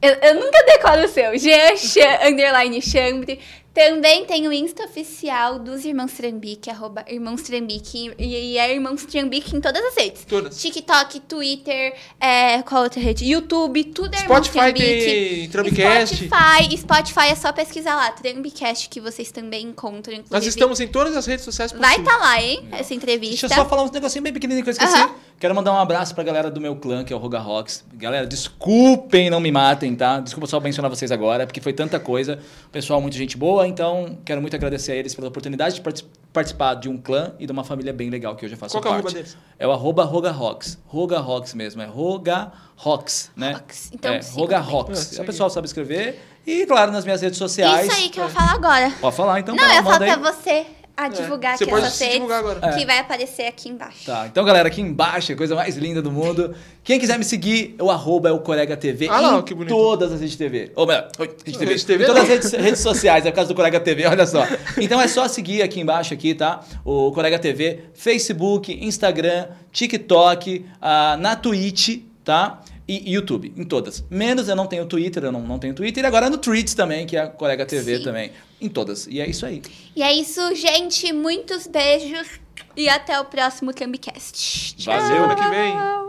Eu, eu nunca decoro o seu. Jean Cha- underline chambre. Também tem o Insta oficial dos Irmãos Trambique, arroba Irmãos Trambique. E, e é Irmãos Trambique em todas as redes. Todas. TikTok, Twitter, é, qual outra rede? YouTube, tudo é Irmãos Spotify Trambique. tem Trambicast. Spotify, Spotify é só pesquisar lá, Trambicast, que vocês também encontram. Inclusive. Nós estamos assim. em todas as redes sociais Vai possíveis. tá lá, hein? Essa Deixa entrevista. eu só falar um negocinho bem pequenininho que eu esqueci. Aham. Quero mandar um abraço pra galera do meu clã, que é o Roga Rocks. Galera, desculpem, não me matem, tá? Desculpa só mencionar vocês agora, porque foi tanta coisa. Pessoal, muita gente boa, então quero muito agradecer a eles pela oportunidade de partic- participar de um clã e de uma família bem legal que eu já faço Qual que é o parte. arroba deles? É o arroba Roga Rocks. Roga Rocks mesmo, é Roga Rocks, né? Rocks. Então, é, sigam Roga também. É, Rocks. segue. o pessoal sabe escrever. E, claro, nas minhas redes sociais. Isso aí que eu vou falar agora. Pode falar, tá, então. Não, eu Carol, ia falar manda aí. pra você a divulgar É, Você aqui pode essas se redes, divulgar agora. que vai aparecer aqui embaixo. Tá, então galera, aqui embaixo, a coisa mais linda do mundo. Quem quiser me seguir, o arroba é o Corega TV Ah lá, em que bonito. todas as redes TV. Ou melhor, oi, rede TV. Rede TV em todas não. as redes, redes sociais, é por causa do Corega TV, olha só. Então é só seguir aqui embaixo, aqui, tá? O Corega TV, Facebook, Instagram, TikTok, ah, na Twitch, tá? E YouTube, em todas. Menos eu não tenho Twitter, eu não, não tenho Twitter. E agora no Tweets também, que é a Corega TV Sim. também. Em todas. E é isso aí. E é isso, gente. Muitos beijos e até o próximo Cambcast. Valeu. Semana que vem. Tchau.